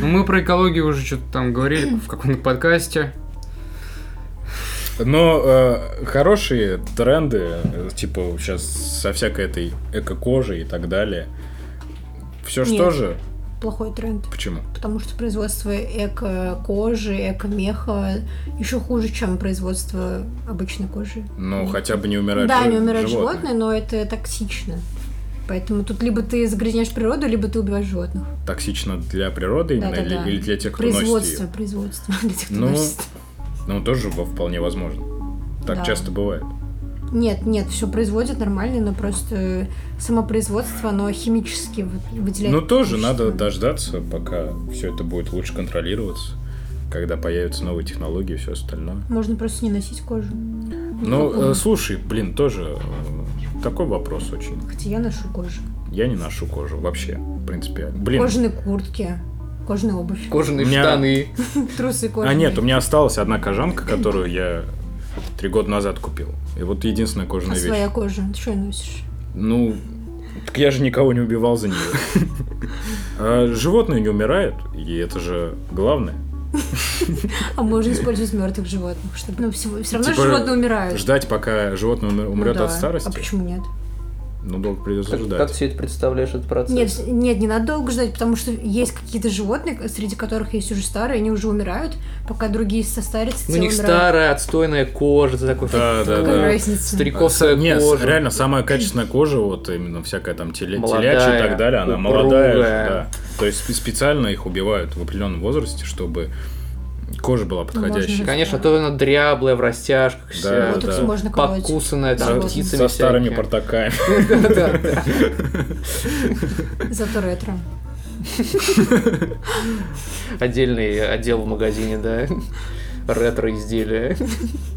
Speaker 1: Ну, Мы про экологию уже что-то там говорили в каком-то подкасте.
Speaker 3: Но э, хорошие тренды, э, типа сейчас со всякой этой эко-кожей и так далее. Все
Speaker 4: Нет.
Speaker 3: что же?
Speaker 4: Плохой тренд.
Speaker 3: Почему?
Speaker 4: Потому что производство эко-кожи, эко-меха еще хуже, чем производство обычной кожи.
Speaker 3: Ну, хотя бы не умирают
Speaker 4: да,
Speaker 3: жи-
Speaker 4: они умирают животные. но это токсично. Поэтому тут либо ты загрязняешь природу, либо ты убиваешь животных.
Speaker 3: Токсично для природы именно или,
Speaker 4: Да-да-да.
Speaker 3: или для тех, кто носит
Speaker 4: производство,
Speaker 3: ее?
Speaker 4: производство для тех, кто
Speaker 3: Ну,
Speaker 4: носит.
Speaker 3: Ну, тоже во- вполне возможно. Так
Speaker 4: Да.
Speaker 3: часто бывает.
Speaker 4: Нет, нет, все производят нормально, но просто само производство, оно химически вы- выделяет.
Speaker 3: Ну тоже
Speaker 4: количество.
Speaker 3: надо дождаться, пока все это будет лучше контролироваться, когда появятся новые технологии и все остальное.
Speaker 4: Можно просто не носить кожу.
Speaker 3: Ну,
Speaker 4: Какого?
Speaker 3: э, слушай, блин, тоже э, такой вопрос очень.
Speaker 4: Хотя я ношу кожу.
Speaker 3: Я не ношу кожу вообще, принципиально. Блин,
Speaker 4: Кожаные куртки, кожаная обувь,
Speaker 2: Кожаные
Speaker 3: У меня-
Speaker 2: штаны.
Speaker 4: трусы
Speaker 3: а
Speaker 4: кожаные.
Speaker 3: нет, у меня осталась одна кожанка, которую я три года назад купил. И вот единственная
Speaker 4: А
Speaker 3: кожаная вещь.
Speaker 4: своя кожа, ты что носишь?
Speaker 3: Ну, так я же никого не убивал за нее. А Животные не умирают, и это же главное.
Speaker 4: А можно использовать мертвых животных, чтобы... Ну, все, равно
Speaker 3: Типа,
Speaker 4: животные умирают.
Speaker 3: Ждать, пока животное умер-
Speaker 4: А Ну
Speaker 3: умрет
Speaker 4: да.
Speaker 3: от
Speaker 4: А
Speaker 3: старости.
Speaker 4: почему нет?
Speaker 3: Ну, долго придется
Speaker 2: Как, как ты
Speaker 3: ждать.
Speaker 2: себе это представляешь, этот процесс?
Speaker 4: Нет, нет, не надо долго ждать, потому что есть какие-то животные, среди которых есть уже старые, они уже умирают, пока другие состарятся,
Speaker 2: ну, у
Speaker 4: те
Speaker 2: них
Speaker 4: умирают.
Speaker 2: старая, отстойная кожа, ты такой...
Speaker 3: Да, да,
Speaker 4: Какая
Speaker 3: да.
Speaker 4: разница?
Speaker 2: Стариковская
Speaker 3: А, Нет,
Speaker 2: кожа.
Speaker 3: реально самая качественная кожа, вот именно всякая там теле-
Speaker 2: Молодая,
Speaker 3: телячья и так далее, она
Speaker 2: упругая.
Speaker 3: молодая, же, да. То есть спе- специально их убивают в определенном возраste, чтобы кожа была
Speaker 4: можно
Speaker 3: подходящей.
Speaker 4: же
Speaker 2: Конечно, а то она дряблая, в растяжках
Speaker 3: Да,
Speaker 2: вся.
Speaker 4: Ботокс
Speaker 3: да.
Speaker 4: можно колоть.
Speaker 2: Покусанная,
Speaker 4: Со-
Speaker 2: там,
Speaker 3: Со-
Speaker 2: птицами
Speaker 3: Со старыми
Speaker 2: всякими.
Speaker 3: портаками.
Speaker 2: Да-да-да.
Speaker 4: Зато ретро.
Speaker 2: Отдельный отдел в магазине, да. Ретро-изделия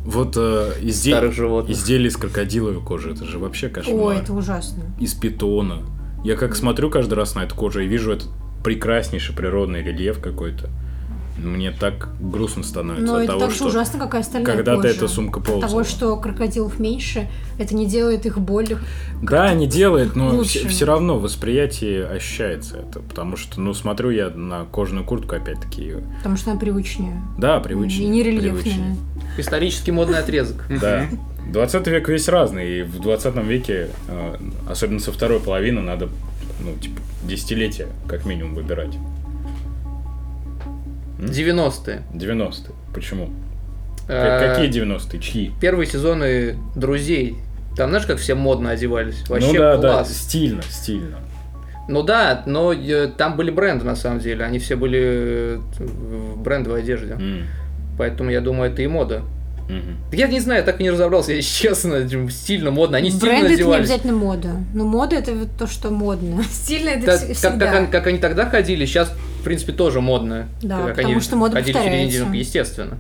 Speaker 3: Вот э, изде-
Speaker 2: старых животных.
Speaker 3: изделия из крокодиловой кожи, это же вообще
Speaker 4: Ой,
Speaker 3: кошмар.
Speaker 4: это ужасно.
Speaker 3: Из питона. Я как смотрю каждый раз на эту кожу и вижу этот прекраснейший природный рельеф какой-то. Мне так грустно становится
Speaker 4: Но
Speaker 3: от
Speaker 4: Ну, это
Speaker 3: того,
Speaker 4: так же
Speaker 3: что
Speaker 4: ужасно, как и остальная
Speaker 3: когда-то
Speaker 4: кожа.
Speaker 3: эта сумка
Speaker 4: От того,
Speaker 3: ползала.
Speaker 4: что крокодилов меньше, это не делает их более...
Speaker 3: Да, не делает, но
Speaker 4: лучше.
Speaker 3: все, равно восприятие ощущается это. Потому что, ну, смотрю я на кожаную куртку, опять-таки. и-
Speaker 4: потому что она привычнее.
Speaker 3: Да, привычнее.
Speaker 4: И нерельефная.
Speaker 3: привычнее.
Speaker 2: Исторически модный отрезок.
Speaker 3: Да. 20 век весь разный, и в 20 веке, э, особенно со второй половины, надо, ну, типа, десятилетия, как минимум, выбирать.
Speaker 2: 90-е.
Speaker 3: 90-е. Почему? Как-
Speaker 2: А,
Speaker 3: Какие 90-е? Чьи?
Speaker 2: Первые сезоны «Друзей». Там знаешь, как все модно одевались? Вообще
Speaker 3: ну да, да,
Speaker 2: класс.
Speaker 3: стильно, стильно.
Speaker 2: Ну да, но э, там были бренды на самом деле. Они все были э, в брендовой одежде.
Speaker 3: М,
Speaker 2: Поэтому я думаю, это и мода.
Speaker 3: мгм.
Speaker 2: Я не знаю, так и не разобрался, если честно. Стильно, модно. Они стильно
Speaker 4: Бренды это не
Speaker 2: одевались.
Speaker 4: обязательно мода. Но мода это вот то, что модно. Стильно это
Speaker 2: Так-
Speaker 4: вс-
Speaker 2: как,
Speaker 4: всегда.
Speaker 2: как они- как они тогда ходили, сейчас, в принципе, тоже модно.
Speaker 4: Да,
Speaker 2: как
Speaker 4: потому
Speaker 2: они
Speaker 4: что мода
Speaker 2: ходили в середине
Speaker 4: повторяется.
Speaker 2: 90-х, естественно.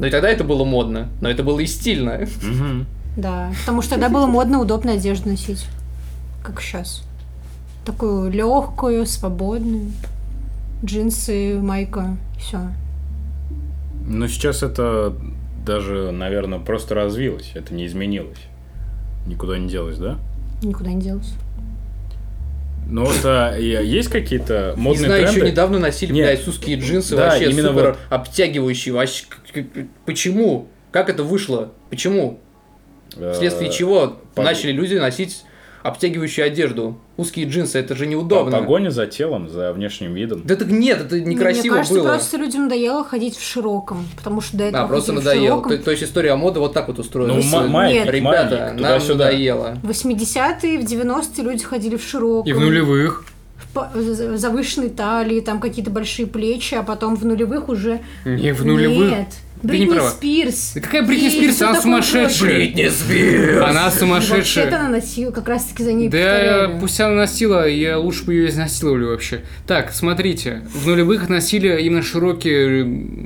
Speaker 2: Но и тогда это было модно, но это было и стильно.
Speaker 3: Мгм.
Speaker 4: Да, потому что тогда было модно удобно одежду носить. Как сейчас. Такую легкую, свободную. Джинсы, майка, все.
Speaker 3: Ну, сейчас это даже, наверное, просто развилось. Это не изменилось. Никуда не делось, да?
Speaker 4: Никуда не делось.
Speaker 3: Ну, вот а, и есть какие-то
Speaker 2: Не
Speaker 3: модные
Speaker 2: знаю,
Speaker 3: тренды?
Speaker 2: еще недавно носили,
Speaker 3: Нет.
Speaker 2: блядь, сузкие джинсы,
Speaker 3: Да,
Speaker 2: вообще
Speaker 3: именно
Speaker 2: супер
Speaker 3: вот.
Speaker 2: обтягивающие. Вообще, к- к- почему? Как это вышло? Почему?
Speaker 3: Э,
Speaker 2: Вследствие чего
Speaker 3: пог-
Speaker 2: начали люди носить обтягивающую одежду? Узкие джинсы, это же неудобно.
Speaker 3: Погоня за телом, за внешним видом.
Speaker 2: Да так нет, это некрасиво
Speaker 4: Ну, Мне кажется,
Speaker 2: было.
Speaker 4: просто людям надоело ходить в широком, потому что до этого
Speaker 2: А, просто
Speaker 4: ходили
Speaker 2: надоело.
Speaker 4: в
Speaker 2: То,
Speaker 4: широком.
Speaker 2: то есть история моды вот так вот устроена.
Speaker 3: Ну, ма- маятник,
Speaker 2: Ребята,
Speaker 3: маятник,
Speaker 2: нам
Speaker 3: туда-сюда.
Speaker 2: надоело.
Speaker 4: В 80-е, в 90-е люди ходили в широком.
Speaker 1: И в нулевых.
Speaker 4: в по- за- завышенной талии, там какие-то большие плечи, а потом в нулевых уже...
Speaker 1: Не в нулевых.
Speaker 4: Нет.
Speaker 1: не
Speaker 4: Бритни
Speaker 1: права.
Speaker 4: Спирс.
Speaker 1: Да какая Бритни
Speaker 4: И
Speaker 1: Спирс?
Speaker 4: всё
Speaker 1: Она
Speaker 4: такое прочее.
Speaker 1: сумасшедшая. Она
Speaker 4: Ну, Вообще-то
Speaker 1: сумасшедшая.
Speaker 4: она носила, как раз таки за ней
Speaker 1: Да,
Speaker 4: повторяли.
Speaker 1: пусть она носила, я лучше бы ее изнасиловали вообще. Так, смотрите, в нулевых носили именно широкие э,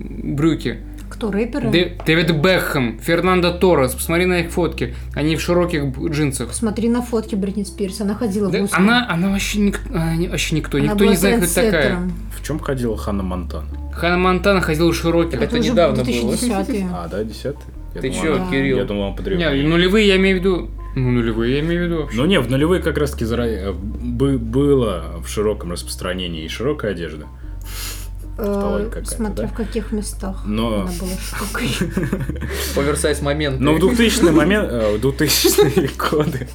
Speaker 1: брюки.
Speaker 4: Кто, рэперы?
Speaker 1: Дэ- Дэвид Бэхэм, Фернандо Торрес, посмотри на их фотки, они в широких б- джинсах.
Speaker 4: Смотри на фотки Бритни Спирс, она ходила
Speaker 1: Да,
Speaker 4: в узком.
Speaker 1: она, она вообще, ник- она не- вообще никто,
Speaker 4: Она
Speaker 1: никто
Speaker 4: была
Speaker 1: не знает, кто это такая.
Speaker 4: трендсеттером.
Speaker 3: В чем ходила Ханна Монтана?
Speaker 1: Ханна Монтана ходила в широких.
Speaker 2: Это
Speaker 4: Это уже
Speaker 2: недавно было.
Speaker 4: 2010-е.
Speaker 3: А, да, десятый? Я
Speaker 2: Ты
Speaker 3: думал,
Speaker 2: чё, ну,
Speaker 3: она-
Speaker 2: Кирилл?
Speaker 3: Я думал, он
Speaker 1: Не,
Speaker 3: подревел.
Speaker 1: нулевые я имею в виду... Ну, нулевые я имею в виду вообще.
Speaker 3: Ну не, в нулевые как раз таки зара- э, бы- было в широком распространении и широкая одежда.
Speaker 4: Э,
Speaker 3: какая-то,
Speaker 4: Смотря
Speaker 3: да?
Speaker 4: в каких местах
Speaker 3: Но-
Speaker 4: она была штукой.
Speaker 2: Оверсайз момент.
Speaker 3: Но в 2000 момент, э, в 2000-е годы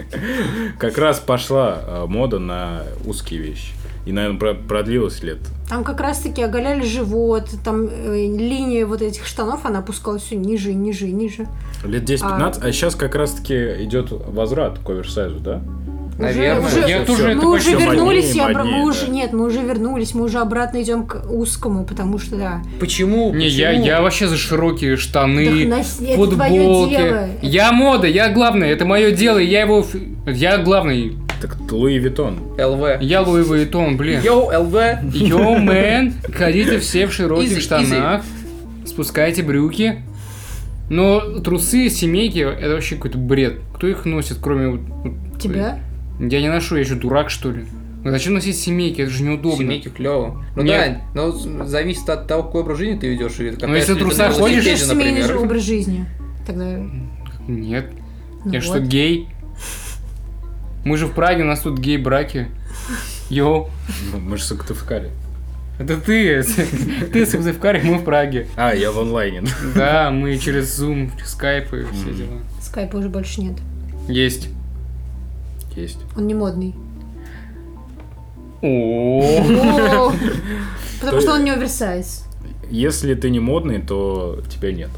Speaker 3: как раз пошла э, мода на узкие вещи. И, наверное, продлилось лет.
Speaker 4: Там как раз-таки оголяли живот, там э, линия вот этих штанов, она опускалась все ниже и ниже и ниже.
Speaker 3: Лет 10-15, а,
Speaker 4: А-
Speaker 3: сейчас как раз таки идет возврат к оверсайзу, да?
Speaker 2: Наверное,
Speaker 4: уже,
Speaker 1: я
Speaker 4: уже-
Speaker 1: тоже это
Speaker 4: мы уже
Speaker 3: почти
Speaker 4: вернулись,
Speaker 3: моднее,
Speaker 4: я обра-
Speaker 3: моднее,
Speaker 4: мы уже
Speaker 3: да.
Speaker 4: нет, мы уже вернулись, мы уже обратно идем к узкому, потому что да.
Speaker 2: Почему?
Speaker 1: Не, я,
Speaker 2: Почему?
Speaker 1: я вообще за широкие штаны,
Speaker 4: Да хна- это твоё
Speaker 1: футболки.
Speaker 4: дело.
Speaker 1: Я мода, я главный, это мое дело, и я его... ф- Я главный.
Speaker 3: Так Луи Витон.
Speaker 2: ЛВ.
Speaker 1: Я Луи Вуитон, блин.
Speaker 2: Йоу, ЛВ.
Speaker 1: Йоу, мэн, ходите все в широких
Speaker 2: Изи, изи.
Speaker 1: штанах, спускайте брюки. Но трусы, семейки, это вообще какой-то бред. Кто их носит, кроме... вот- вот-
Speaker 4: Тебя?
Speaker 1: Я не ношу, я еще дурак, что ли? Ну, Зачем носить семейки? Это же неудобно.
Speaker 2: Семейки клево. Ну
Speaker 1: Мне-
Speaker 2: да, но з- зависит от того, какой образ жизни ты ведешь. И какая
Speaker 1: если в
Speaker 2: жизнь
Speaker 1: трусах
Speaker 2: на
Speaker 1: ходишь,
Speaker 2: велосипеде,
Speaker 4: Ты же семейный же
Speaker 2: например.
Speaker 4: образ жизни. Тогда
Speaker 1: Нет.
Speaker 4: ну
Speaker 1: я
Speaker 4: вот.
Speaker 1: что, гей? Мы же в Праге, у нас тут гей-браки. Йоу.
Speaker 3: Ну, Мы же Сыктывкаре.
Speaker 1: Это ты. Ты с Сыктывкаре, мы в Праге.
Speaker 3: А, я в онлайне.
Speaker 1: Да, мы через Zoom, через Skype и все
Speaker 3: Мгм.
Speaker 1: дела.
Speaker 4: скайпа уже больше нет.
Speaker 1: Есть.
Speaker 3: Есть.
Speaker 4: Он не модный.
Speaker 1: О,
Speaker 3: То
Speaker 4: О, Потому что он не оверсайз.
Speaker 3: Если ты не модный, то тебя нет.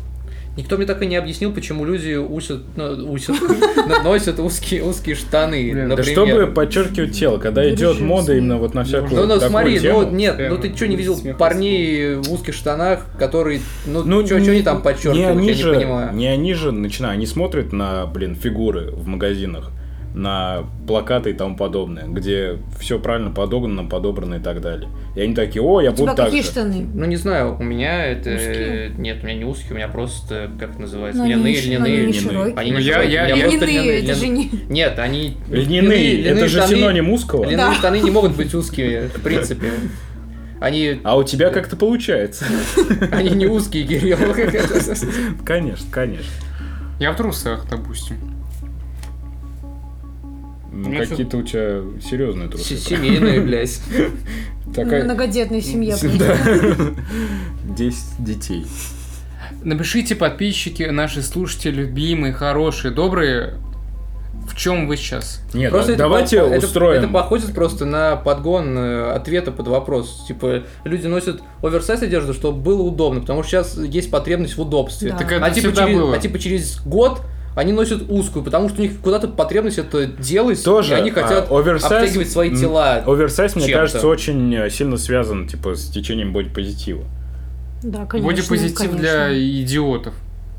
Speaker 2: Никто мне так и не объяснил, почему люди усят, ну, усят, но- носят узкие, узкие штаны,
Speaker 1: Блин, да
Speaker 2: например.
Speaker 3: Да чтобы подчеркивать тело, когда идет
Speaker 4: Вырежи
Speaker 3: мода
Speaker 4: себе.
Speaker 3: именно вот на всякую
Speaker 2: Ну, ну
Speaker 3: такую
Speaker 2: смотри,
Speaker 3: тему.
Speaker 2: ну нет,
Speaker 1: Прям
Speaker 2: ну ты что не видел
Speaker 1: смех
Speaker 2: парней в узких штанах, которые, ну,
Speaker 3: Ну,
Speaker 2: что
Speaker 3: не-
Speaker 2: они там подчеркивают,
Speaker 3: не
Speaker 2: я
Speaker 3: они
Speaker 2: не
Speaker 3: же,
Speaker 2: понимаю.
Speaker 3: Не они же начинают, они смотрят на, блин, фигуры в магазинах, на плакаты и тому подобное, где все правильно подогнано, подобрано и так далее. И они такие, о, я
Speaker 4: У тебя
Speaker 3: буду так
Speaker 4: какие
Speaker 3: же.
Speaker 4: штаны?
Speaker 2: Ну не знаю, у меня это...
Speaker 4: Узкие?
Speaker 2: Нет, у меня не узкие, у меня просто, как это называется,
Speaker 4: Ну, они
Speaker 2: льняные,
Speaker 4: не ш-
Speaker 2: льняные.
Speaker 3: льняные.
Speaker 4: они не широкие.
Speaker 2: Они
Speaker 1: Ну,
Speaker 2: не
Speaker 1: я-
Speaker 2: широкие,
Speaker 1: я-
Speaker 2: у
Speaker 1: я-
Speaker 2: меня А просто
Speaker 4: Льняные,
Speaker 2: льня-
Speaker 4: это же не...
Speaker 2: Нет, они...
Speaker 3: Льняные, это же
Speaker 2: штаны-
Speaker 3: синоним узкого.
Speaker 2: Льняные
Speaker 4: Да.
Speaker 2: штаны не могут быть узкими, в принципе. Они,
Speaker 3: А у тебя как-то получается.
Speaker 2: они не узкие, Кирилл.
Speaker 3: Конечно, конечно.
Speaker 1: Я в трусах, допустим.
Speaker 3: Ну,
Speaker 1: Ну,
Speaker 3: какие-то у тебя серьезные
Speaker 2: С-
Speaker 3: трусы.
Speaker 2: Семейные, блядь.
Speaker 3: Такая-
Speaker 4: Многодетная семья.
Speaker 3: Да. Десять детей.
Speaker 1: Напишите, подписчики, наши слушатели, любимые, хорошие, добрые, в чем вы сейчас?
Speaker 3: Нет,
Speaker 2: Просто
Speaker 3: да-
Speaker 2: это
Speaker 3: давайте
Speaker 2: по- это- Это
Speaker 3: устроим.
Speaker 2: походит просто на подгон э, ответа под вопрос. Типа, люди носят оверсайз одежду, чтобы было удобно, потому что сейчас есть потребность в удобстве.
Speaker 4: Да.
Speaker 1: Так
Speaker 2: А
Speaker 1: это
Speaker 2: типа,
Speaker 1: всегда
Speaker 2: через,
Speaker 1: было.
Speaker 2: а типа через год они носят узкую, потому что у них куда-то потребность это делать,
Speaker 3: Тоже
Speaker 2: и они
Speaker 3: а,
Speaker 2: хотят
Speaker 3: оверсайз-
Speaker 2: обтягивать свои
Speaker 3: м,
Speaker 2: тела.
Speaker 3: Оверсайз, мне
Speaker 2: чем-то.
Speaker 3: кажется, очень э, сильно связан типа с течением бодипозитива.
Speaker 4: Да, конечно.
Speaker 1: Бодипозитив
Speaker 4: конечно.
Speaker 1: для идиотов.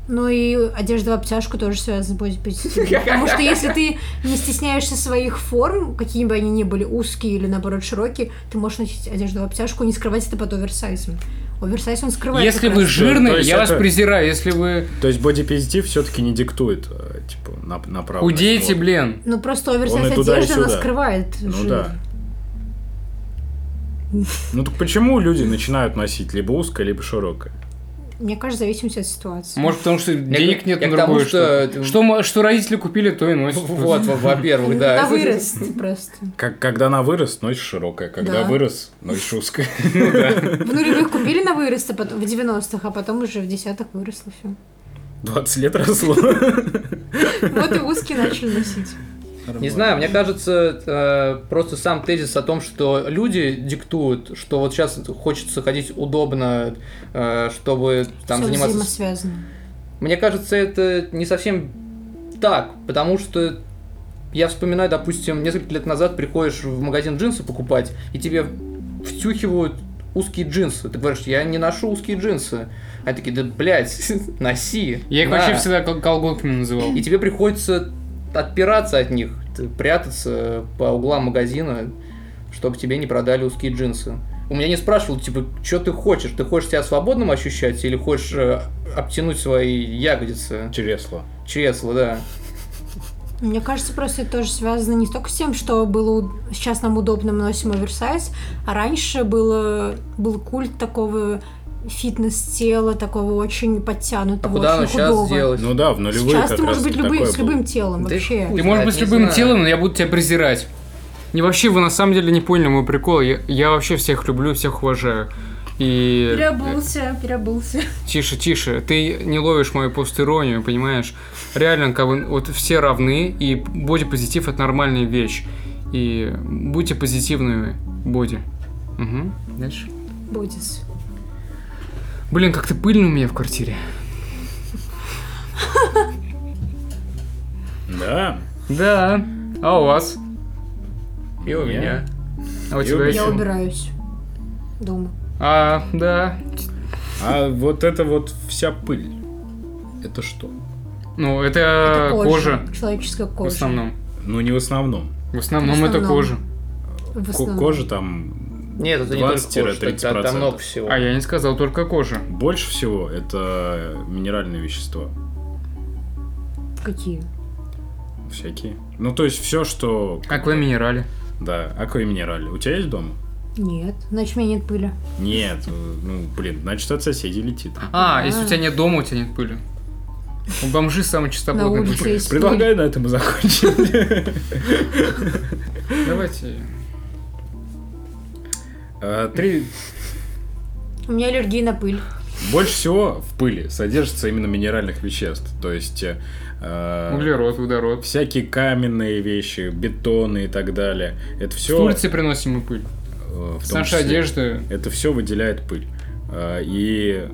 Speaker 4: Ну и одежда в обтяжку тоже связана с бодипозитивом. Потому что если ты не стесняешься своих форм, какими бы они ни были, узкие или наоборот широкие, ты можешь носить одежду в обтяжку и не скрывать это под оверсайзом. Оверсайз он скрывает.
Speaker 1: Если
Speaker 4: как
Speaker 1: вы
Speaker 4: раз.
Speaker 1: жирный,
Speaker 3: То есть
Speaker 1: я вас
Speaker 3: это-
Speaker 1: презираю. Если вы
Speaker 3: То есть бодипозитив все-таки не диктует, э, типа, нап- направленность.
Speaker 1: худеете,
Speaker 3: Вот.
Speaker 1: блин.
Speaker 4: Ну просто
Speaker 3: Он
Speaker 4: оверсайз
Speaker 3: и туда, и
Speaker 4: одежда, она
Speaker 3: сюда.
Speaker 4: скрывает
Speaker 3: Ну
Speaker 4: жир.
Speaker 3: да. Ну так почему люди начинают носить либо узкое, либо широкое?
Speaker 4: Мне кажется, в зависимости от ситуации.
Speaker 1: Может, потому что денег нет
Speaker 2: я
Speaker 1: на
Speaker 2: к тому,
Speaker 1: другое
Speaker 2: что-
Speaker 1: что Что мо- что родители купили, то и носят.
Speaker 2: Вот, во- во-первых, да.
Speaker 4: На вырост просто.
Speaker 3: Как, когда на вырос, носишь широкое, когда
Speaker 4: Да.
Speaker 3: вырос, носишь узкое.
Speaker 4: В нулевых Ну, купили на вырост, а потом в 90-х, а потом уже в десятых выросло все.
Speaker 3: 20 лет росло.
Speaker 4: Вот и узкие начали носить.
Speaker 2: Не знаю, мне кажется, э, просто сам тезис о том, что люди диктуют, что вот сейчас хочется ходить удобно, э, чтобы там
Speaker 4: Всё
Speaker 2: заниматься... с-
Speaker 4: взаимосвязано.
Speaker 2: Мне кажется, это не совсем так, потому что я вспоминаю, допустим, несколько лет назад приходишь в магазин джинсы покупать, и тебе втюхивают узкие джинсы. Ты говоришь, я не ношу узкие джинсы. Они такие, да, блядь, носи.
Speaker 1: Я их
Speaker 2: на».
Speaker 1: вообще всегда кол- колготками называл.
Speaker 2: И тебе приходится отпираться от них, т- прятаться по углам магазина, чтобы тебе не продали узкие джинсы. У меня не спрашивал, типа, что ты хочешь? Ты хочешь себя свободным ощущать или хочешь э, обтянуть свои ягодицы?
Speaker 3: Чересло.
Speaker 2: Чресла, да.
Speaker 4: Мне кажется, просто это тоже связано не столько с тем, что было уд- сейчас нам удобно мы носим оверсайз, а раньше было, был культ такого фитнес-тела, такого очень подтянутого,
Speaker 2: А куда оно
Speaker 4: очень
Speaker 2: сейчас
Speaker 4: худого.
Speaker 2: делать?
Speaker 3: Ну да, в нулевые
Speaker 4: Сейчас
Speaker 3: как
Speaker 4: ты можешь
Speaker 3: раз
Speaker 4: быть любым,
Speaker 3: такое
Speaker 4: с
Speaker 3: было.
Speaker 4: любым телом
Speaker 2: Да и
Speaker 4: вообще.
Speaker 2: хуй
Speaker 1: Ты можешь
Speaker 2: знает,
Speaker 1: быть с
Speaker 2: не
Speaker 1: любым
Speaker 2: знаю.
Speaker 1: телом, но я буду тебя презирать. И вообще, вы на самом деле не поняли мой прикол. Я, я вообще всех люблю, всех уважаю. И...
Speaker 4: Переобулся, переобулся.
Speaker 1: Тише, тише. Ты не ловишь мою постиронию, понимаешь? Реально, как бы, вот все равны, и боди-позитив — это нормальная вещь. И будьте позитивными, боди. Угу. Дальше.
Speaker 4: Бодис.
Speaker 1: Блин, как ты пыльный у меня в квартире.
Speaker 3: Да.
Speaker 1: Да. А у вас? И у
Speaker 3: Я?
Speaker 1: меня. А у
Speaker 3: И у
Speaker 1: тебя
Speaker 3: меня.
Speaker 1: есть?
Speaker 4: Я убираюсь дома.
Speaker 1: А, да.
Speaker 3: А вот это вот вся пыль. Это что?
Speaker 1: Ну,
Speaker 3: А,
Speaker 1: это,
Speaker 4: Это
Speaker 1: кожа,
Speaker 4: Человеческая
Speaker 1: в
Speaker 4: кожа.
Speaker 1: основном.
Speaker 3: Ну, не в основном.
Speaker 1: В основном,
Speaker 4: В
Speaker 1: это
Speaker 4: основном.
Speaker 1: кожа.
Speaker 4: В
Speaker 3: Ко-
Speaker 4: основном.
Speaker 3: Кожа там
Speaker 2: Нет, это не только кожа, это- там,
Speaker 3: 20-30%.
Speaker 2: много всего.
Speaker 1: А я не сказал только кожа.
Speaker 3: больше всего это минеральные вещества.
Speaker 4: Какие?
Speaker 3: Всякие. Ну, то есть все, что...
Speaker 1: Как вы минерали.
Speaker 3: Да, аква и минерали. У тебя есть дома?
Speaker 4: Нет. Значит, у меня нет пыли.
Speaker 3: Нет. э, Ну, блин, значит, от соседей летит.
Speaker 1: А, если у
Speaker 4: А.
Speaker 1: тебя нет дома, у тебя нет пыли. У бомжи самый
Speaker 4: На
Speaker 1: чистоплотный
Speaker 4: улице
Speaker 1: пыль.
Speaker 4: есть пыль.
Speaker 3: Предлагаю на этом и закончить.
Speaker 1: Давайте.
Speaker 3: А, Три...
Speaker 4: У меня аллергия на пыль.
Speaker 3: Больше всего в пыли содержится именно минеральных веществ. То есть... э, э,
Speaker 1: Углерод, водород.
Speaker 3: Всякие каменные вещи, бетоны и так далее. Это э, все...
Speaker 1: С улицы приносим мы пыль. С нашей одежды.
Speaker 3: Это все выделяет пыль. А, И,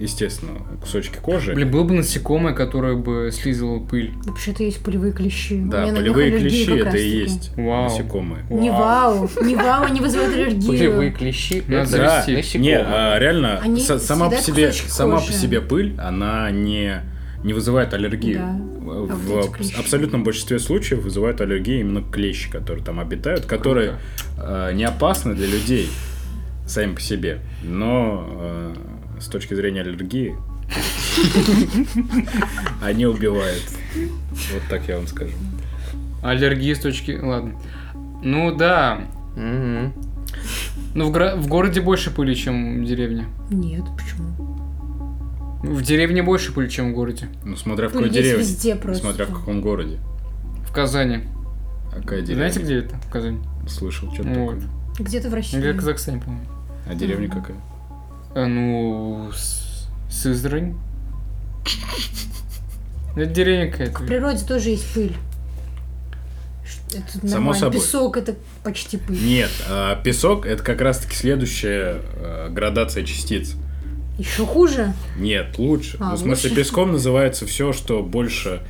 Speaker 3: естественно, кусочки кожи.
Speaker 1: Блин, было бы насекомое, которое бы слизывало пыль.
Speaker 4: Вообще-то есть пылевые клещи.
Speaker 3: да,
Speaker 4: У меня на них
Speaker 3: полевые
Speaker 4: аллергия
Speaker 3: клещи
Speaker 4: как
Speaker 3: это и
Speaker 4: раз-таки.
Speaker 3: есть
Speaker 1: Вау.
Speaker 3: насекомые.
Speaker 1: Вау.
Speaker 4: Не вау. Не вау, они вызывают аллергию.
Speaker 2: Пылевые клещи.
Speaker 1: Надо
Speaker 2: это
Speaker 1: завести.
Speaker 2: завести насекомые.
Speaker 3: Не, а, реально,
Speaker 4: Они
Speaker 3: са- сама, по
Speaker 4: съедают
Speaker 3: себе,
Speaker 4: кусочки
Speaker 3: сама по
Speaker 4: кожи.
Speaker 3: себе пыль, она не, не вызывает аллергию.
Speaker 4: Да.
Speaker 3: В,
Speaker 4: А
Speaker 3: в
Speaker 4: вот эти клещи.
Speaker 3: абсолютном большинстве случаев вызывают аллергию именно клещи, которые там обитают, которые э, не опасны для людей сами по себе, но э, с точки зрения аллергии они убивают. Вот так я вам скажу.
Speaker 1: Аллергии с точки... Ладно. Ну да.
Speaker 2: Мгм.
Speaker 1: Ну в, гра- в городе больше пыли, чем в деревне.
Speaker 4: Нет, почему?
Speaker 1: В деревне больше пыли, чем в городе.
Speaker 3: Ну, смотря в
Speaker 4: Пыль
Speaker 3: какой
Speaker 4: есть
Speaker 3: деревне.
Speaker 4: везде просто.
Speaker 3: Смотря в каком городе.
Speaker 1: В Казани.
Speaker 3: Какая деревня?
Speaker 1: Знаете, где это? В Казани.
Speaker 3: Слышал что-то
Speaker 1: Вот.
Speaker 3: такое.
Speaker 4: Где-то в России.
Speaker 1: Я в Казахстане, по-моему.
Speaker 3: А деревня какая?
Speaker 1: А, ну, с- Сызрань. Это деревня
Speaker 4: В
Speaker 1: какая-то.
Speaker 4: природе тоже есть пыль. Ш- Это
Speaker 3: Само
Speaker 4: нормально.
Speaker 3: собой.
Speaker 4: Песок это почти пыль.
Speaker 3: Нет, а, песок это как раз-таки следующая э, градация частиц.
Speaker 4: Еще хуже.
Speaker 3: Нет, лучше.
Speaker 4: А,
Speaker 3: ну, в смысле,
Speaker 4: лучше.
Speaker 3: песком называется все, что больше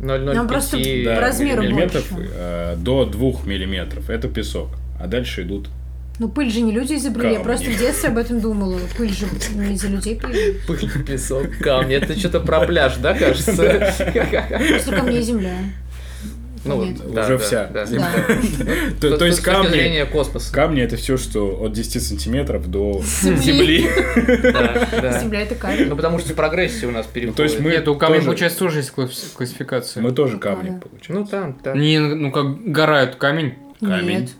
Speaker 2: 0,05
Speaker 4: Нам просто
Speaker 2: и-
Speaker 4: по размеру
Speaker 3: миллиметров
Speaker 4: больше.
Speaker 3: э, до 2 миллиметров. Это песок. А дальше идут.
Speaker 4: Ну пыль же не люди изобрели. Я
Speaker 3: Камни.
Speaker 4: просто в детстве об этом думала. Пыль же не из-за людей пыль.
Speaker 2: Пыль, песок, камни. Это что-то про пляж, да, кажется?
Speaker 4: Просто камни и земля.
Speaker 2: Ну,
Speaker 4: Нет.
Speaker 2: да,
Speaker 3: Уже
Speaker 2: да,
Speaker 3: вся.
Speaker 2: да.
Speaker 4: Да.
Speaker 3: То, то есть
Speaker 2: С точки
Speaker 3: камни.
Speaker 2: зрения космоса.
Speaker 3: Камни это все, что от 10 сантиметров до
Speaker 4: Земли.
Speaker 3: земли.
Speaker 2: Да, да.
Speaker 4: Земля это камень.
Speaker 2: Ну, потому что прогрессия у нас переходит.
Speaker 3: то есть мы-
Speaker 1: Нет, у камней,
Speaker 3: тоже-
Speaker 1: получается, тоже есть класс- классификация.
Speaker 3: Мы тоже
Speaker 4: Да.
Speaker 3: камни получаем.
Speaker 2: Ну, там, там.
Speaker 1: Не, ну как гора это камень.
Speaker 3: Камень.
Speaker 4: Нет.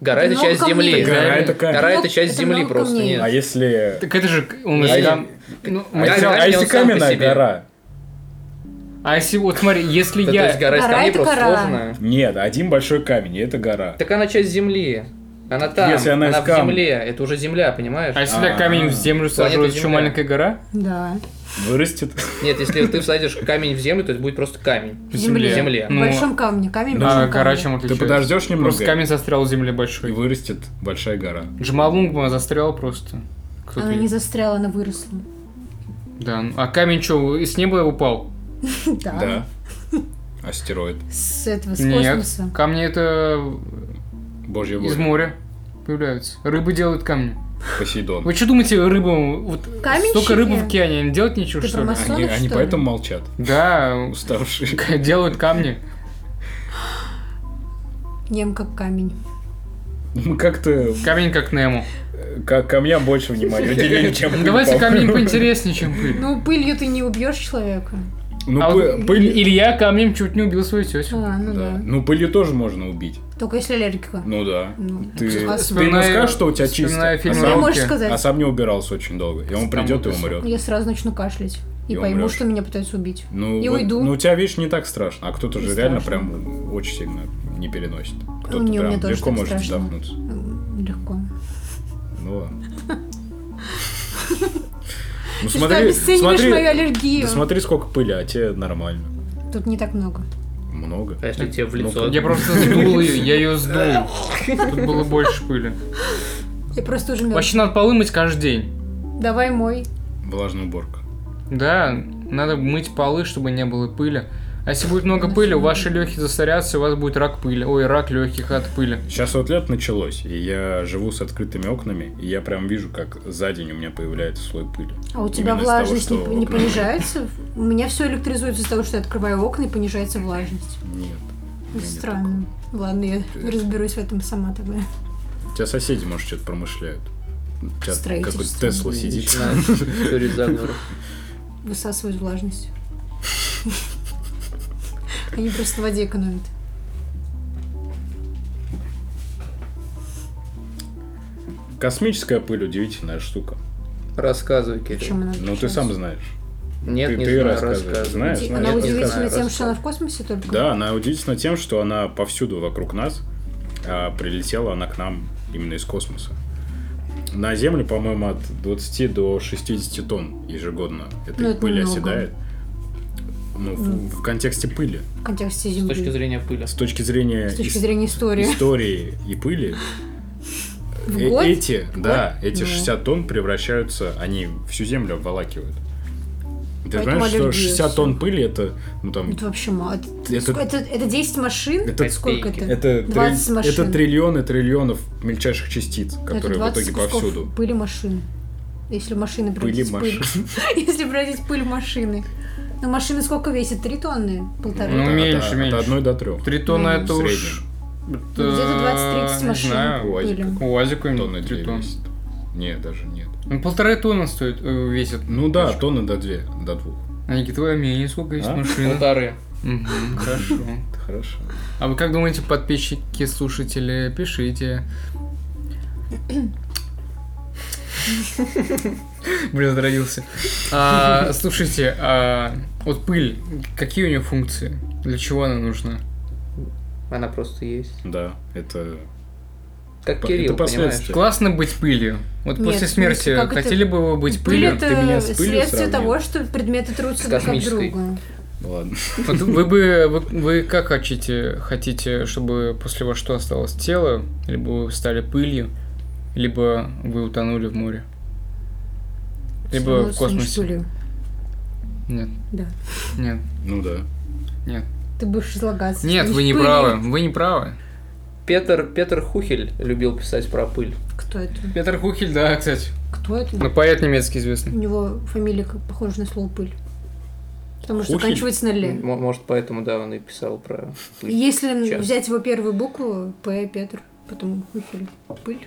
Speaker 2: Гора это
Speaker 4: Ну,
Speaker 2: часть
Speaker 4: камни.
Speaker 2: земли.
Speaker 3: Гора это камень.
Speaker 2: Гора это
Speaker 4: Ну,
Speaker 2: часть
Speaker 4: это
Speaker 2: земли
Speaker 4: много
Speaker 2: просто.
Speaker 4: камней.
Speaker 2: Нет.
Speaker 3: А если.
Speaker 1: Так это же он из
Speaker 3: Не,
Speaker 1: кам- ну,
Speaker 3: А если,
Speaker 1: материал-
Speaker 3: а
Speaker 2: камень,
Speaker 3: если
Speaker 2: он сам по
Speaker 3: каменная
Speaker 2: себе.
Speaker 3: гора?
Speaker 1: А если вот смотри, если
Speaker 2: Да, То есть
Speaker 1: я.
Speaker 2: гора из
Speaker 4: Гора
Speaker 2: камней
Speaker 4: это
Speaker 2: просто
Speaker 4: гора.
Speaker 2: сложная.
Speaker 3: Нет, один большой камень, и это гора.
Speaker 2: Так она часть земли. Она там,
Speaker 3: Если она
Speaker 2: она,
Speaker 3: из
Speaker 2: в
Speaker 3: камня.
Speaker 2: земле. Это уже земля, понимаешь?
Speaker 1: А если я
Speaker 3: А,
Speaker 1: камень в землю сажу,
Speaker 2: Планета
Speaker 1: это что,
Speaker 2: Земля.
Speaker 1: маленькая гора?
Speaker 4: Да.
Speaker 3: Вырастет.
Speaker 2: Нет, если ты всадишь камень в землю, то это будет просто камень.
Speaker 1: В земле.
Speaker 2: В земле.
Speaker 1: Ну,
Speaker 4: В большом камне. Камень в большом
Speaker 1: а
Speaker 4: камне.
Speaker 1: гора чем
Speaker 3: Ты
Speaker 1: отличается?
Speaker 3: подождешь
Speaker 1: Просто
Speaker 3: немного,
Speaker 1: камень застрял в земле
Speaker 3: и
Speaker 1: большой.
Speaker 3: вырастет большая гора.
Speaker 1: Джамалунгма застряла просто. Кто-то-
Speaker 4: Она не застряла, она выросла.
Speaker 1: Да. ну, А камень что, с неба упал?
Speaker 3: Да. Астероид.
Speaker 4: С этого, с
Speaker 1: Нет.
Speaker 4: космоса.
Speaker 1: Камни это
Speaker 3: Божья
Speaker 1: из
Speaker 3: воля.
Speaker 1: моря. появляются. Рыбы делают камни.
Speaker 5: Посейдон.
Speaker 1: Вы что думаете, рыбам... Вот
Speaker 4: Каменщики?
Speaker 1: столько рыбы в океане, они делать ничего,
Speaker 4: Ты
Speaker 1: что
Speaker 4: про
Speaker 1: ли?
Speaker 4: масонов,
Speaker 3: Они, они
Speaker 4: что ли?
Speaker 3: поэтому молчат,
Speaker 1: Да,
Speaker 3: уставшие.
Speaker 1: делают камни.
Speaker 4: Ем как камень.
Speaker 3: Мы как-то
Speaker 1: Камень как Нему.
Speaker 3: э, к камням больше внимания уделили, чем
Speaker 1: Ну, Давайте
Speaker 3: камни.
Speaker 1: камнем поинтереснее, чем пыль.
Speaker 4: Ну, пылью ты не убьешь человека.
Speaker 3: Ну,
Speaker 1: А
Speaker 3: пы-
Speaker 1: вот
Speaker 3: пыль...
Speaker 1: Илья камнем чуть не убил свою тетю.
Speaker 4: А, ну
Speaker 3: Да.
Speaker 4: да.
Speaker 3: Ну, пылью тоже можно убить.
Speaker 4: Только если аллергика.
Speaker 3: Ну да.
Speaker 4: Ну.
Speaker 3: Ты, ты ему
Speaker 1: Вспоминаю-
Speaker 3: скажешь, что у тебя чисто,
Speaker 1: вспоминаю
Speaker 3: а
Speaker 1: фильм
Speaker 4: Ты
Speaker 3: сам,
Speaker 4: можешь сказать.
Speaker 3: а сам не убирался очень долго. И он
Speaker 1: Сам
Speaker 3: придет и
Speaker 1: убирался.
Speaker 3: умрет.
Speaker 4: Я сразу начну кашлять. И,
Speaker 3: И
Speaker 4: пойму,
Speaker 3: умрёшь.
Speaker 4: что меня пытаются убить.
Speaker 3: Ну,
Speaker 4: И
Speaker 3: вот-
Speaker 4: уйду.
Speaker 3: ну, у тебя, видишь, не так страшно. А кто-то
Speaker 4: Не
Speaker 3: же реально
Speaker 4: страшно. Ну,
Speaker 3: прям очень сильно не переносит. Кто-то
Speaker 4: мне-
Speaker 3: прям
Speaker 4: мне тоже
Speaker 3: легко
Speaker 4: так
Speaker 3: может
Speaker 4: страшно.
Speaker 3: вздохнуть.
Speaker 4: М, Легко.
Speaker 3: Ну ладно. Ну
Speaker 4: ты что,
Speaker 3: смотри,
Speaker 4: обесцениваешь мою
Speaker 3: смотри,
Speaker 4: аллергию?
Speaker 3: да смотри, сколько пыли, а тебе нормально.
Speaker 4: Тут не так много.
Speaker 3: Много.
Speaker 2: А если тебе в
Speaker 3: Ну,
Speaker 2: лицо?
Speaker 1: Я просто сдул ее, я ее сдул. Тут было больше пыли.
Speaker 4: Я просто уже мертв.
Speaker 1: Вообще надо полы мыть каждый день.
Speaker 4: Давай мой.
Speaker 3: Влажная уборка.
Speaker 1: Да, надо мыть полы, чтобы не было пыли. А если будет много пыли, ваши легкие застарятся, и у вас будет рак пыли. Ой, рак легких от пыли.
Speaker 3: Сейчас вот лет началось, и я живу с открытыми окнами, и я прям вижу, как за день у меня появляется слой пыли.
Speaker 4: А у тебя
Speaker 3: Именно из-за
Speaker 4: влажность
Speaker 3: того,
Speaker 4: не-
Speaker 3: что
Speaker 4: не,
Speaker 3: окна-
Speaker 4: понижается? У меня все электризуется из-за того, что я открываю окна и понижается влажность.
Speaker 3: Нет. у меня нет
Speaker 4: Странно. Ладно, я
Speaker 3: Э.
Speaker 4: разберусь в этом сама тогда.
Speaker 3: такого. Тебя соседи, может, что-то промышляют. У тебя
Speaker 4: Строительство.
Speaker 3: какой-то Тесла сидит.
Speaker 2: Начинаешь теорию заговоров.
Speaker 4: Высасывать влажность. Они просто в воде экономят.
Speaker 3: Космическая пыль удивительная штука.
Speaker 2: Рассказывай, Кирилл.
Speaker 4: Чем
Speaker 3: Ну,
Speaker 4: она
Speaker 3: ты
Speaker 4: отличается?
Speaker 3: сам знаешь.
Speaker 2: Нет,
Speaker 3: Ты-
Speaker 2: не
Speaker 3: ты
Speaker 2: знаю,
Speaker 3: рассказывай.
Speaker 2: рассказывай.
Speaker 3: Знаешь,
Speaker 4: Уди-
Speaker 3: знаешь,
Speaker 4: Она
Speaker 3: я
Speaker 4: удивительна
Speaker 2: знаю,
Speaker 4: тем, что она
Speaker 2: рассказывай.
Speaker 4: в космосе только.
Speaker 3: Да, она удивительна тем, что она повсюду вокруг нас, а прилетела она к нам именно из космоса. На Землю, по-моему, от 20 до 60 тонн ежегодно этой
Speaker 4: Ну, это
Speaker 3: пыли
Speaker 4: много.
Speaker 3: оседает. Ну, в, в контексте пыли.
Speaker 4: В контексте
Speaker 2: С точки
Speaker 4: Земли.
Speaker 2: зрения пыли.
Speaker 3: С точки зрения,
Speaker 4: С точки
Speaker 3: ис-
Speaker 4: зрения истории.
Speaker 3: истории и пыли,
Speaker 4: В
Speaker 3: э-
Speaker 4: год?
Speaker 3: эти, да, эти
Speaker 4: Ну.
Speaker 3: 60 тонн превращаются, они всю Землю обволакивают. Ты
Speaker 4: Поэтому
Speaker 3: понимаешь, что
Speaker 4: аллергия
Speaker 3: 60
Speaker 4: всё.
Speaker 3: тон пыли это, ну там,
Speaker 4: Это вообще мало. Это,
Speaker 3: Это-
Speaker 4: ск- это, это 10 машин?
Speaker 3: Это
Speaker 4: сколько это?
Speaker 3: Это,
Speaker 4: 20
Speaker 3: триль-
Speaker 4: машин.
Speaker 3: это триллионы триллионов мельчайших частиц,
Speaker 4: Это
Speaker 3: которые в
Speaker 4: 20
Speaker 3: итоге
Speaker 4: кусков
Speaker 3: повсюду.
Speaker 4: Пыли машин. Если машины
Speaker 3: Пыли
Speaker 4: превратить в пыль.
Speaker 3: машин.
Speaker 4: Если бродить пыль машины. Ну, машины сколько весит? Три тонны? Полторы?
Speaker 1: Ну,
Speaker 3: От- от-
Speaker 1: меньше,
Speaker 3: от,
Speaker 1: меньше.
Speaker 3: одной до трех.
Speaker 1: Три тонны
Speaker 4: Ну,
Speaker 1: это
Speaker 3: в
Speaker 1: уж...
Speaker 3: среднем.
Speaker 1: это,
Speaker 4: где-то 20-30
Speaker 1: не
Speaker 4: машин.
Speaker 1: знаю,
Speaker 3: Ну,
Speaker 1: Ну,
Speaker 3: Уазик
Speaker 4: пыли.
Speaker 1: УАЗик
Speaker 3: Тонны
Speaker 1: какой-нибудь,
Speaker 3: две
Speaker 1: три тонны.
Speaker 3: весит. Нет, даже нет.
Speaker 1: Ну, полторы тонны стоит, э, весит.
Speaker 3: Ну да, тонны до две, до двух.
Speaker 1: А Никита, твое мнение, сколько есть
Speaker 3: А?
Speaker 1: машин?
Speaker 2: Полторы.
Speaker 1: Мгм, Хорошо.
Speaker 3: Это хорошо.
Speaker 1: А вы как думаете, подписчики, слушатели, пишите. Блин, отразился. А, слушайте, а, вот пыль, какие у нее функции? Для чего она нужна?
Speaker 2: Она просто есть.
Speaker 3: Да, это...
Speaker 2: Как
Speaker 3: По-
Speaker 2: Кирилл,
Speaker 3: это последствия.
Speaker 2: понимаешь?
Speaker 1: Классно быть пылью. Вот
Speaker 4: Нет,
Speaker 1: после
Speaker 4: в смысле,
Speaker 1: смерти
Speaker 4: как это-
Speaker 1: хотели бы вы быть
Speaker 4: Пыль
Speaker 1: пылью?
Speaker 4: это
Speaker 3: Ты меня с пылью
Speaker 4: следствие
Speaker 3: сравнил?
Speaker 4: того, что предметы трутся
Speaker 2: С
Speaker 4: друг об
Speaker 2: космической.
Speaker 4: друга.
Speaker 3: Ладно.
Speaker 1: Вот вы бы вы, вы как хотите хотите, чтобы после вас что осталось тело, либо вы стали пылью, либо вы утонули в море, либо
Speaker 4: Ну,
Speaker 1: в
Speaker 4: станешь
Speaker 1: космосе.
Speaker 4: пылью.
Speaker 1: Нет,
Speaker 4: Да.
Speaker 1: нет,
Speaker 3: Ну да.
Speaker 1: нет,
Speaker 4: Ты будешь излагаться.
Speaker 1: нет,
Speaker 4: станешь
Speaker 1: вы не
Speaker 4: пылью.
Speaker 1: правы, вы не правы.
Speaker 2: Петр, Петр Хухель любил писать про пыль.
Speaker 4: Кто это?
Speaker 1: Петр Хухель, да, кстати,
Speaker 4: Кто это?
Speaker 1: ну поэт немецкий
Speaker 4: У
Speaker 1: известный.
Speaker 4: него фамилия как- похожа на слово пыль. Потому что
Speaker 3: Хухель?
Speaker 4: заканчивается на
Speaker 2: М-
Speaker 4: ле.
Speaker 2: Может, поэтому, да, он и писал про пыль.
Speaker 4: Если
Speaker 2: Сейчас.
Speaker 4: взять его первую букву, П, Петр, потом Хухель, пыль.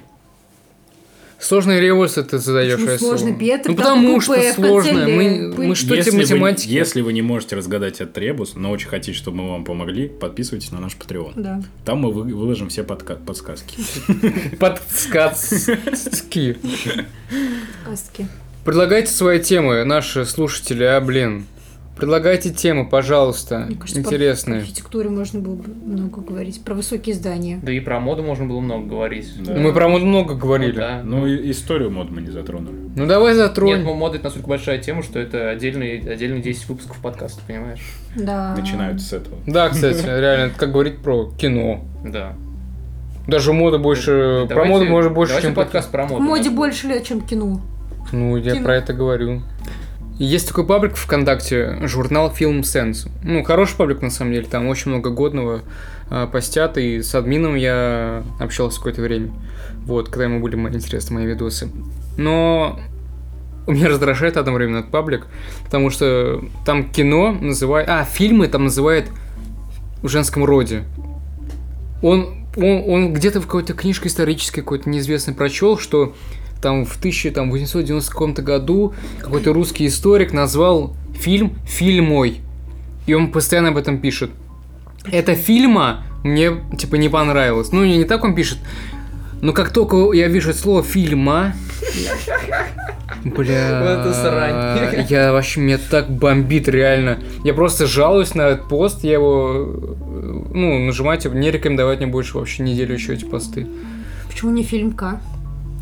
Speaker 1: Сложные револьсы ты задаешь.
Speaker 4: Почему
Speaker 1: я
Speaker 4: сложный,
Speaker 1: слово.
Speaker 4: Петр?
Speaker 1: Ну
Speaker 4: Там
Speaker 1: потому
Speaker 4: буква «П» в
Speaker 1: что
Speaker 4: конце
Speaker 1: сложно.
Speaker 4: «Ле».
Speaker 1: Мы,
Speaker 4: Пыль.
Speaker 1: мы что
Speaker 3: если,
Speaker 1: тебе математики?
Speaker 3: Вы, если вы не можете разгадать этот ребус, но очень хотите, чтобы мы вам помогли, подписывайтесь на наш Patreon.
Speaker 4: Да.
Speaker 3: Там мы вы- выложим все подка- подсказки.
Speaker 1: Подсказки.
Speaker 4: Каски.
Speaker 1: Предлагайте свои темы, наши слушатели, а, блин. Предлагайте темы, пожалуйста,
Speaker 4: Мне кажется, по- По
Speaker 1: интересные.
Speaker 4: архитектуре можно было бы много говорить. Про высокие здания.
Speaker 2: Да и про моду можно было много говорить.
Speaker 3: Да.
Speaker 1: Ну, Мы про моду много говорили.
Speaker 2: Да.
Speaker 3: Ну, и историю мод мы не затронули.
Speaker 1: Ну давай
Speaker 2: Нет,
Speaker 1: затронем.
Speaker 2: ну, мода это настолько большая тема, что это отдельные, отдельные 10 выпусков подкаста, понимаешь?
Speaker 4: Да.
Speaker 3: Начинаются с этого.
Speaker 1: Да, кстати, реально, это как говорить про кино.
Speaker 2: Да. Э,
Speaker 1: Даже мода больше... про
Speaker 2: Давайте-
Speaker 1: моду может больше,
Speaker 2: давайте
Speaker 1: чем...
Speaker 2: подкаст про
Speaker 4: В
Speaker 2: моду.
Speaker 4: моде больше лет, чем кино.
Speaker 1: Ну, я
Speaker 4: Кино.
Speaker 1: про это говорю. Есть такой паблик ВКонтакте, журнал Film Sense. Ну, хороший паблик, на самом деле, там очень много годного э, постят, и с админом я общался какое-то время, вот, когда ему были мои- интересны мои видосы. Но меня раздражает одновременно этот паблик, потому что там кино называют... А, фильмы там называют в женском роде. Он, он, он где-то в какой-то книжке исторической какой-то неизвестной прочел, что там в 1890 каком-то году какой-то русский историк назвал фильм «Фильмой». И он постоянно об этом пишет. Это фильма мне, типа, не понравилось. Ну, не не так он пишет. Но как только я вижу это слово «фильма», Бля,
Speaker 2: Вот Ну, это срань.
Speaker 1: я вообще, меня так бомбит реально. Я просто жалуюсь на этот пост, я его, э, ну, нажимать, типа, не рекомендовать мне больше вообще неделю еще эти посты.
Speaker 4: Почему не фильм К?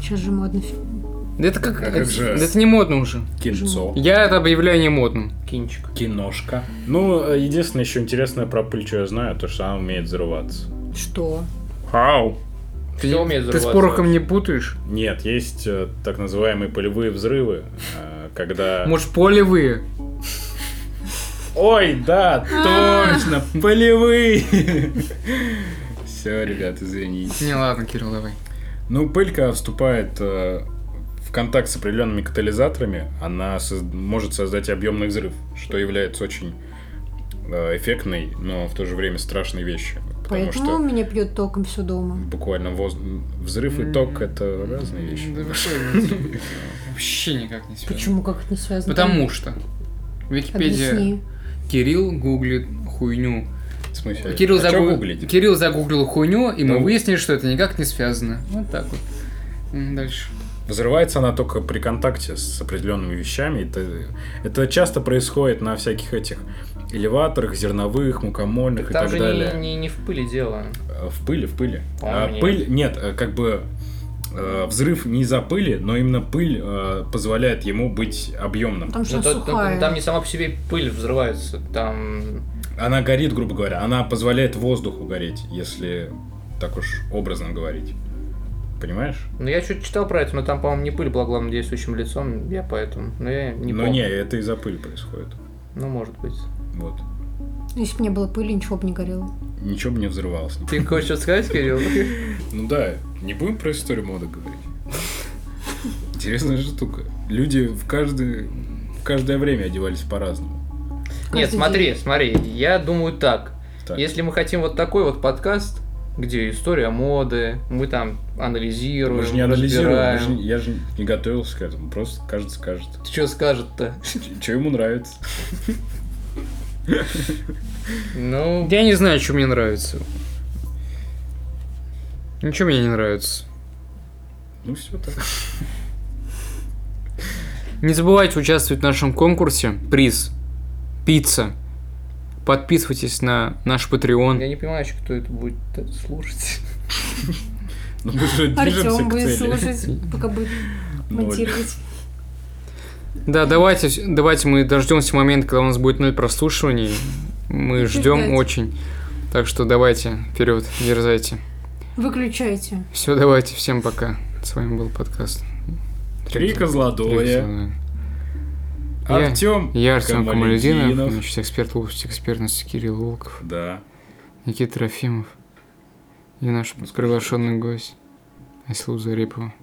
Speaker 4: Сейчас же модно. фильм.
Speaker 1: Да это как,
Speaker 6: А как
Speaker 1: это,
Speaker 6: же?
Speaker 1: да это не модно уже.
Speaker 6: Кинцо.
Speaker 1: Я это объявляю не модным.
Speaker 2: Кинчик.
Speaker 6: Киношка.
Speaker 3: Ну, э, единственное еще интересное про пыль, что я знаю, то, что она умеет взрываться.
Speaker 4: Что?
Speaker 3: Хау!
Speaker 1: Ты,
Speaker 2: Всё умеет
Speaker 1: ты с
Speaker 2: взрываться
Speaker 1: порохом
Speaker 2: вообще.
Speaker 1: не путаешь?
Speaker 3: Нет, есть э, так называемые полевые взрывы, э, когда...
Speaker 1: Может, полевые?
Speaker 3: Ой, да, точно, полевые! Все, ребят, извините.
Speaker 1: Не, ладно, Кирилл, давай.
Speaker 3: Ну, пылька вступает э, в контакт с определенными катализаторами, она соз- может создать объемный взрыв, что является очень э, эффектной, но в то же время страшной вещью. Потому
Speaker 4: Поэтому
Speaker 3: что
Speaker 4: меня бьет током все дома.
Speaker 3: буквально воз- взрыв и ток это разные вещи.
Speaker 1: Да вообще, вообще никак не связано.
Speaker 4: Почему как это не связано?
Speaker 1: Потому что Википедия
Speaker 4: Объясни.
Speaker 1: Кирилл гуглит хуйню.
Speaker 3: В смысле?
Speaker 1: Кирилл,
Speaker 3: а чё
Speaker 1: загу-
Speaker 3: гуглить?
Speaker 1: Кирилл загуглил хуйню, и мы
Speaker 3: Ну.
Speaker 1: выяснили, что это никак не связано. Вот так вот. М, Дальше.
Speaker 3: Взрывается она только при контакте с определенными вещами. Это, это часто происходит на всяких этих элеваторах, зерновых, мукомольных и
Speaker 2: Там
Speaker 3: так
Speaker 2: же
Speaker 3: далее.
Speaker 2: не, не- не в пыли дело.
Speaker 4: Ну,
Speaker 3: Э, В пыли, в пыли.
Speaker 2: По-моему,
Speaker 3: А,
Speaker 2: нет.
Speaker 3: пыль, нет, э, как бы э, взрыв не из-за пыли, но именно пыль э, позволяет ему быть объемным.
Speaker 4: Потому что
Speaker 2: Ну,
Speaker 4: она
Speaker 2: то- то-
Speaker 4: сухая.
Speaker 2: там не сама по себе пыль взрывается, там
Speaker 3: Она горит, грубо говоря, она позволяет воздуху гореть, если так уж образно говорить. Понимаешь?
Speaker 2: Ну, я что-то читал про это, но там, по-моему, не пыль была главным действующим лицом, я поэтому. Но я не
Speaker 3: но
Speaker 1: Ну,
Speaker 2: помню.
Speaker 3: не, это из-за пыли происходит.
Speaker 2: Ну, может быть.
Speaker 3: Вот.
Speaker 4: Ну, Если бы не было пыли, ничего бы не горело.
Speaker 3: Ничего бы не взрывалось.
Speaker 2: Ты хочешь что-то сказать, Кирилл?
Speaker 3: Ну да, не будем про историю моды говорить. Интересная штука. Люди в, каждый, в каждое время одевались по-разному.
Speaker 2: Нет,
Speaker 4: Каждый
Speaker 2: смотри,
Speaker 4: день.
Speaker 2: смотри, я думаю так.
Speaker 3: Так.
Speaker 2: Если мы хотим вот такой вот подкаст, где история моды, мы там анализируем,
Speaker 3: Мы же не анализируем, мы
Speaker 2: разбираем.
Speaker 3: же не- я же не готовился к этому, просто кажется, кажется.
Speaker 2: Ты что скажет-то?
Speaker 3: Что ему нравится?
Speaker 2: Ну,
Speaker 1: Я не знаю, что мне нравится. Ничего мне не нравится.
Speaker 3: Ну все так.
Speaker 1: Не забывайте участвовать в нашем конкурсе. Приз. Пицца. Подписывайтесь на наш
Speaker 2: я
Speaker 1: Patreon.
Speaker 2: не понимаю, еще, кто это будет это слушать.
Speaker 3: Ну мы же движемся
Speaker 4: Артем
Speaker 3: к
Speaker 4: будет
Speaker 3: цели.
Speaker 4: слушать, пока будет
Speaker 3: Ноль.
Speaker 4: монтировать.
Speaker 1: Да, давайте, давайте мы дождемся момента, когда у нас будет ноль прослушиваний. Мы ждем
Speaker 4: Ждать.
Speaker 1: очень. Так что давайте, вперед, дерзайте.
Speaker 4: Выключайте.
Speaker 1: Все, давайте, всем пока. С вами был подкаст.
Speaker 3: Три козлодоя.
Speaker 1: Я-
Speaker 3: Артем.
Speaker 1: Я Артем Камалединов,
Speaker 3: Камалетдинов.
Speaker 1: значит, эксперт в области экспертности Кирилл Волков,
Speaker 3: Да.
Speaker 1: Никита Трофимов и наш приглашенный гость Айслу Зарипова.